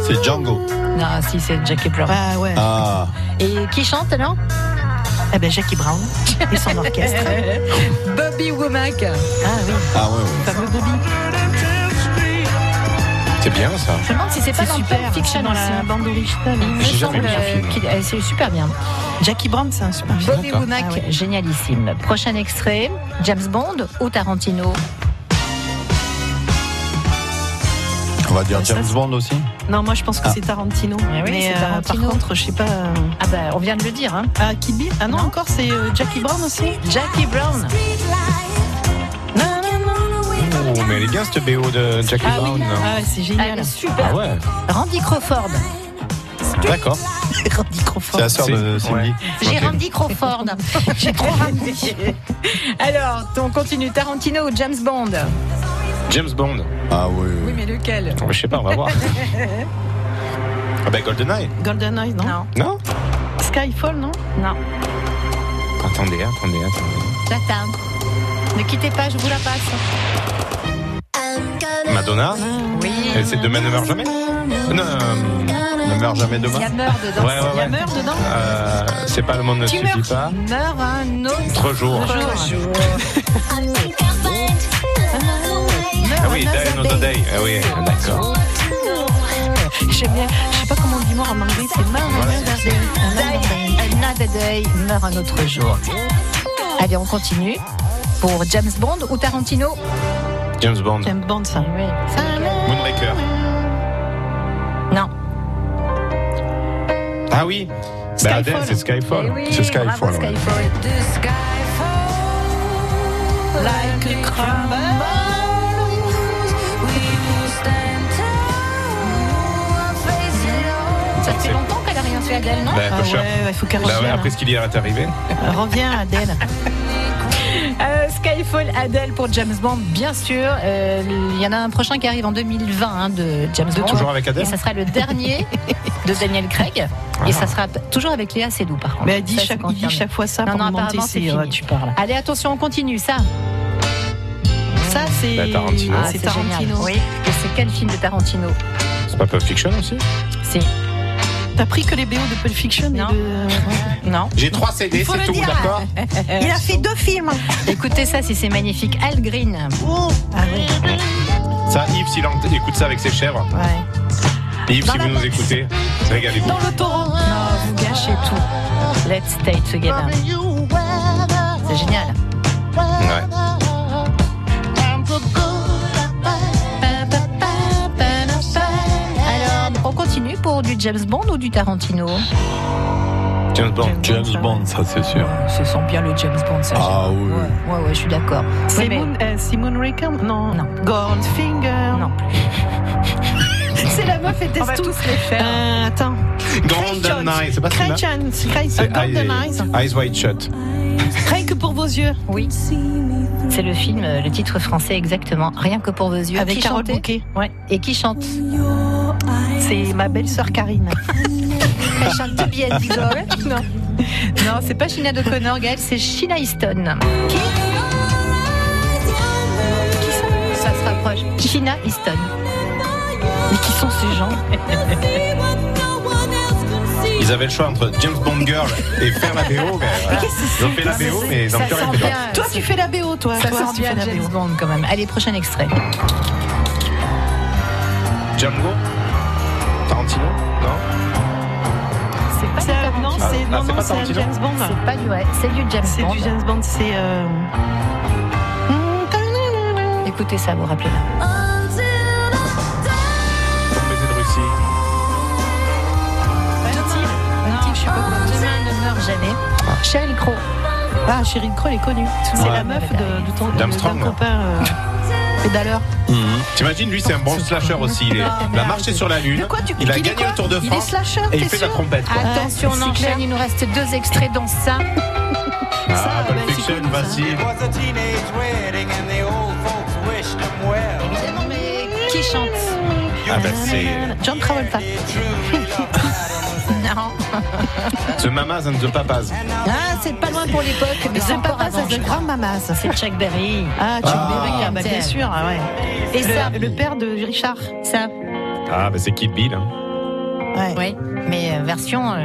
Speaker 4: C'est Django.
Speaker 2: Non, si, c'est Jackie Brown.
Speaker 5: Ah ouais.
Speaker 4: Ah.
Speaker 2: Et qui chante, non
Speaker 5: Eh ben, Jackie Brown et son orchestre.
Speaker 2: Bobby Womack. Ah oui.
Speaker 6: Ah ouais, ouais.
Speaker 5: Fameux Bobby.
Speaker 4: C'est bien ça.
Speaker 2: Je me
Speaker 5: Ah,
Speaker 2: demande si c'est pas dans Pulp Fiction
Speaker 5: dans
Speaker 2: aussi.
Speaker 5: la bande originale.
Speaker 2: Il me
Speaker 4: J'ai jamais
Speaker 2: semble
Speaker 4: vu ce
Speaker 2: euh,
Speaker 4: film.
Speaker 2: qu'il- euh, c'est super bien.
Speaker 5: Jackie Brown, c'est un super
Speaker 4: film.
Speaker 2: Bobby
Speaker 4: D'accord.
Speaker 2: Womack,
Speaker 4: Ah ouais.
Speaker 2: génialissime. Prochain extrait, James Bond ou Tarantino
Speaker 6: On va dire James Bond aussi.
Speaker 5: Non, moi je pense
Speaker 4: Ah.
Speaker 5: que c'est Tarantino.
Speaker 2: Eh oui,
Speaker 5: Mais
Speaker 2: c'est
Speaker 5: euh,
Speaker 2: Tarantino.
Speaker 5: par contre, je sais pas. euh,
Speaker 2: Ah bah, on vient de le dire. Hein.
Speaker 5: Ah, Kid Bill Ah non, encore, c'est euh, Jackie Brown aussi
Speaker 2: Jackie Brown.
Speaker 4: Oh, mais elle est bien cette BO de Jackie
Speaker 5: Ah
Speaker 4: Brown.
Speaker 5: oui,
Speaker 4: non
Speaker 5: ah, c'est génial.
Speaker 2: super.
Speaker 4: Ah ouais.
Speaker 2: Randy Crawford.
Speaker 4: D'accord.
Speaker 5: Randy Crawford.
Speaker 6: C'est la sœur de Cindy.
Speaker 2: J'ai
Speaker 6: Ok.
Speaker 2: Randy Crawford. J'ai trop Randy. Alors, on continue. Tarantino ou James Bond
Speaker 4: James Bond.
Speaker 6: Ah oui.
Speaker 2: Oui, mais lequel
Speaker 4: Je sais pas, on va voir. Ah ben GoldenEye.
Speaker 5: GoldenEye, non Non.
Speaker 4: Non
Speaker 5: Skyfall, non
Speaker 2: Non.
Speaker 4: Attendez, attendez, attendez.
Speaker 2: J'attends. Ne quittez pas, je vous la passe.
Speaker 4: Madonna.
Speaker 2: Oui.
Speaker 4: Et c'est Demain ne meurt jamais. Non. euh,
Speaker 6: Ne meurt jamais demain.
Speaker 2: Il y a meurt dedans.
Speaker 4: Ouais, ouais,
Speaker 2: Il y a
Speaker 4: ouais.
Speaker 2: meurt dedans.
Speaker 4: Euh, c'est pas le monde ne
Speaker 2: Tu
Speaker 4: suffit
Speaker 2: meurs.
Speaker 4: pas.
Speaker 2: Meurt un autre
Speaker 4: Trois jours.
Speaker 2: jour.
Speaker 4: Ah oui, Die Another Day. Ah oui, d'accord.
Speaker 5: J'aime bien. Je sais pas comment on dit mort en anglais, c'est
Speaker 2: hein,
Speaker 5: mort.
Speaker 2: Another day, another day, meurt un autre jour. Allez, on continue. Pour James Bond ou Tarantino
Speaker 4: James Bond.
Speaker 5: James Bond, ça.
Speaker 2: Oui.
Speaker 4: Moonraker.
Speaker 2: Non.
Speaker 4: Ah oui. Bah, Adèle, c'est
Speaker 14: Eh
Speaker 4: Skyfall. c'est Skyfall. ouais.
Speaker 5: Like a
Speaker 2: Ça fait longtemps qu'elle a rien fait, Adèle, non
Speaker 4: Bah,
Speaker 5: Ah
Speaker 4: cocheur.
Speaker 5: ouais, ouais, faut qu'elle
Speaker 4: Bah ouais,
Speaker 5: revienne,
Speaker 4: après
Speaker 5: hein.
Speaker 4: ce qu'il y a est arrivé.
Speaker 5: Reviens, Adèle.
Speaker 2: Euh, Skyfall, Adèle pour James Bond, bien sûr. Euh, Il y en a un prochain qui arrive en 2020 hein, de James Bond.
Speaker 4: toujours avec Adèle
Speaker 2: Et ça sera le dernier de Daniel Craig. Et ça sera p- toujours avec Léa Seydoux, par contre.
Speaker 5: Mais elle dit
Speaker 2: Ça, c'est
Speaker 5: chaque- il dit
Speaker 2: confirmé.
Speaker 5: chaque fois ça
Speaker 2: non,
Speaker 5: pour
Speaker 2: non,
Speaker 5: me mentir,
Speaker 2: apparemment, c'est
Speaker 5: c'est-
Speaker 2: fini.
Speaker 5: ouais, tu parles.
Speaker 2: Allez, attention, on continue. Ça,
Speaker 5: Ça, c'est.
Speaker 4: Bah, Tarantino.
Speaker 5: Ah, c'est Tarantino.
Speaker 2: Oui. Et c'est quel film de Tarantino
Speaker 4: C'est pas Pulp Fiction aussi
Speaker 2: Si.
Speaker 5: T'as pris que les BO de Pulp Fiction et de.
Speaker 2: Non.
Speaker 4: J'ai trois CD, c'est tout, d'accord
Speaker 5: Il a fait deux films.
Speaker 2: Écoutez ça, si c'est magnifique. Al Green.
Speaker 5: Ah oui.
Speaker 4: Ça, Yves, s'il en- il écoute ça avec ses chèvres.
Speaker 5: Ouais.
Speaker 4: Yves, si vous nous écoutez, régalez-vous.
Speaker 5: Dans le torrent.
Speaker 2: Non, vous gâchez tout. Let's stay together. C'est génial.
Speaker 4: Ouais.
Speaker 2: Alors, on continue pour du James Bond ou du Tarantino
Speaker 4: James Bond.
Speaker 6: James Bond, ça c'est sûr.
Speaker 2: Ce sont bien le James Bond, ça.
Speaker 6: Ah oui.
Speaker 2: Ouais, ouais, ouais, je suis d'accord.
Speaker 5: C'est
Speaker 2: Oui, mais-
Speaker 5: Moon- euh, c'est Moonraker Non.
Speaker 2: Non.
Speaker 5: Goldfinger.
Speaker 2: Non.
Speaker 5: c'est la meuf et
Speaker 2: On va
Speaker 5: tous les faire. Euh, attends.
Speaker 4: GoldenEye, c'est pas
Speaker 5: Craig
Speaker 4: celui-là
Speaker 5: Jones. Craig
Speaker 4: C'est
Speaker 5: Goldeneye.
Speaker 4: Eyes Eyes Wide Shut.
Speaker 5: Craig que pour vos yeux.
Speaker 2: Oui. C'est le film, euh, le titre français exactement. Rien que pour vos yeux.
Speaker 5: Avec
Speaker 2: qui
Speaker 5: Carole
Speaker 2: chantait
Speaker 5: Bouquet.
Speaker 2: Ouais. Et qui chante
Speaker 5: C'est ma belle-sœur Karine.
Speaker 2: Elle chante To Be Invisible. Non. Non, c'est pas Shina de Connor, Gaël, c'est Shina Easton. Qui Qui ça Ça se rapproche. Shina Easton. Mais qui sont ces gens
Speaker 4: Ils avaient le choix entre James Bond Girl et faire la BO. Mais, voilà. Ils ont fait la BO, mais ils ont
Speaker 2: Ça
Speaker 4: plus rien
Speaker 2: sent
Speaker 4: fait
Speaker 2: bien.
Speaker 5: Toi, tu fais la BO, toi.
Speaker 2: Ah, Ça
Speaker 5: toi,
Speaker 2: sent
Speaker 5: tu
Speaker 2: bien
Speaker 5: fais la
Speaker 2: James
Speaker 5: BO.
Speaker 2: Bond quand même. Allez, prochain extrait.
Speaker 4: d'autre. Django Tarantino Non
Speaker 2: C'est pas du
Speaker 5: C'est-
Speaker 2: Tarantino.
Speaker 5: Non,
Speaker 4: Ah,
Speaker 5: c'est
Speaker 4: ah,
Speaker 5: non,
Speaker 4: c'est
Speaker 5: non,
Speaker 4: pas
Speaker 5: c'est un
Speaker 4: Tarantino.
Speaker 5: James Bond.
Speaker 2: C'est pas du ouais, c'est du James
Speaker 5: C'est
Speaker 2: Bond.
Speaker 5: du James Bond, c'est. euh,
Speaker 2: Écoutez ça, vous vous rappelez là.
Speaker 4: Pour baiser de Russie.
Speaker 2: Non, je suis pas Demain ne meurt jamais. Cheryl Crow.
Speaker 5: Ah, Sheryl Crow, elle est connue. C'est
Speaker 4: Ouais.
Speaker 5: la meuf de, de ton de-
Speaker 4: Dame
Speaker 5: d'un
Speaker 4: Strong, là.
Speaker 5: copain euh, pédaleur.
Speaker 4: T'imagines, lui, c'est un bon slasher aussi. Il est- la marche est sur la lune.
Speaker 5: De quoi tu
Speaker 4: Il a
Speaker 5: qu'il est
Speaker 4: gagné
Speaker 5: quoi
Speaker 4: le Tour de
Speaker 5: Il est
Speaker 4: France.
Speaker 5: slasher,
Speaker 4: Et il
Speaker 5: t'es
Speaker 4: fait de la
Speaker 5: sûr
Speaker 4: trompette. quoi.
Speaker 2: Attention, on
Speaker 5: c'est clair.
Speaker 2: enchaîne. Il nous reste deux extraits dans ça.
Speaker 4: Ah,
Speaker 5: bah,
Speaker 4: Pulp
Speaker 5: c'est
Speaker 4: Fiction,
Speaker 5: cool, ça.
Speaker 4: facile.
Speaker 2: Évidemment, mais qui chante
Speaker 4: Ah, bah, ben, c'est.
Speaker 5: John Travolta.
Speaker 2: Non. marrant.
Speaker 4: Ce Mamas and the Papas.
Speaker 2: Ah, c'est pas loin pour l'époque, mais c'est
Speaker 5: The
Speaker 2: encore
Speaker 5: Papas
Speaker 2: avant.
Speaker 5: and the Grandmamas.
Speaker 2: C'est Chuck Berry.
Speaker 5: Ah, Chuck
Speaker 4: Ah.
Speaker 5: Berry, ah, bah, bien sûr, ah ouais.
Speaker 2: Et
Speaker 5: le,
Speaker 2: ça
Speaker 5: le père de Richard.
Speaker 2: Ça.
Speaker 4: Ah, bah c'est Kid Bill. hein.
Speaker 5: Ouais.
Speaker 2: Mais euh, version euh,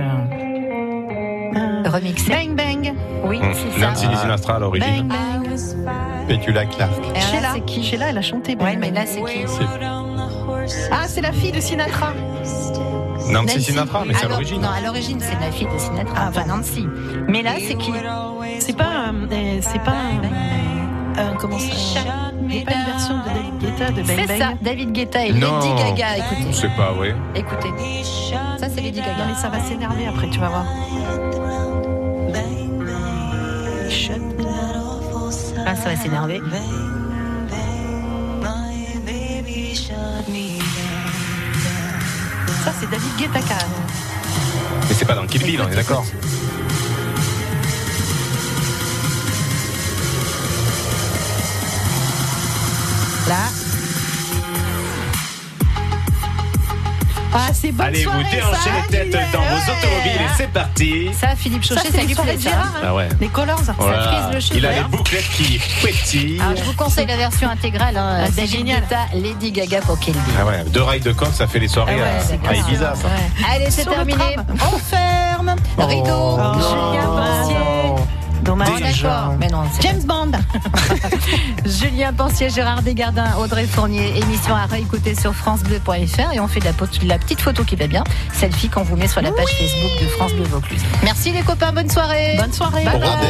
Speaker 2: remixée.
Speaker 5: Bang bang.
Speaker 2: Oui,
Speaker 4: Mm.
Speaker 2: c'est ça.
Speaker 4: Nancy Sinatra à l'origine. Petula Clark.
Speaker 2: Et alors là,
Speaker 5: Sheila.
Speaker 2: c'est qui
Speaker 5: Sheila, elle a chanté.
Speaker 2: Ouais,
Speaker 5: Bang
Speaker 2: mais
Speaker 5: Bang.
Speaker 2: là, c'est qui
Speaker 5: Ah, c'est la fille de Sinatra.
Speaker 4: Nancy
Speaker 2: Nancy.
Speaker 4: Sinatra, mais c'est à
Speaker 2: Alors-
Speaker 4: l'origine.
Speaker 2: Non, à l'origine, c'est la fille de Sinatra, enfin Nancy. Mais là, c'est qui
Speaker 5: Ah, C'est pas. euh, euh, c'est pas. euh, euh, comment ça Il n'y a pas une version de David Guetta de Bang
Speaker 2: C'est
Speaker 5: Bang
Speaker 2: ça, David Guetta et
Speaker 4: Non.
Speaker 2: Lady Gaga. Écoutez,
Speaker 4: C'est pas, ouais.
Speaker 2: écoutez. Ça, c'est Lady Gaga.
Speaker 5: Mais ça va s'énerver après, tu vas voir.
Speaker 2: Ah, ça va s'énerver.
Speaker 5: Ça, c'est David Guetta quand même.
Speaker 4: Mais c'est pas dans Kid Bill, on est d'accord.
Speaker 2: Là.
Speaker 5: Ah, c'est bonne
Speaker 4: Allez, vous
Speaker 5: soirée,
Speaker 4: déhanchez
Speaker 5: ça,
Speaker 4: les têtes
Speaker 5: Julien.
Speaker 4: dans vos
Speaker 5: Ouais.
Speaker 4: automobiles et c'est parti.
Speaker 2: Ça, Philippe
Speaker 5: Ça,
Speaker 2: Chauchet,
Speaker 5: c'est
Speaker 2: ça
Speaker 5: les
Speaker 2: lui
Speaker 5: soirées
Speaker 2: plaît,
Speaker 5: de
Speaker 2: ça.
Speaker 5: Gérard. hein.
Speaker 4: Ah ouais.
Speaker 5: Les Colors.
Speaker 4: Voilà.
Speaker 5: Ça frise le Ah,
Speaker 4: Il a
Speaker 5: cheval.
Speaker 4: les bouclettes qui pétillent.
Speaker 2: Alors, Ah, je vous conseille la version intégrale, hein,
Speaker 5: Ah, c'est
Speaker 2: David
Speaker 5: génial.
Speaker 2: Guetta, Lady Gaga pour Kelly.
Speaker 4: Ah ouais, deux rails de coq, ça fait les soirées
Speaker 5: Ah ouais,
Speaker 4: à-
Speaker 5: c'est
Speaker 4: à,
Speaker 5: clair.
Speaker 4: Ibiza, ça.
Speaker 5: Ouais.
Speaker 2: Allez, c'est
Speaker 5: Sur le
Speaker 2: terminé.
Speaker 5: tram.
Speaker 2: On ferme.
Speaker 4: Oh.
Speaker 2: Rideau, Julien Pensier.
Speaker 5: Dommage.
Speaker 2: D'accord, mais non, c'est
Speaker 5: James Bond.
Speaker 2: Julien Pensier, Gérard Desgardins, Audrey Fournier, émission à réécouter sur francebleu.fr et on fait de la, pot- la petite photo qui va bien, selfie qu'on vous met sur la page Facebook de France Bleu Vaucluse. Merci les copains, bonne soirée.
Speaker 5: Bonne soirée.
Speaker 2: Bye bye.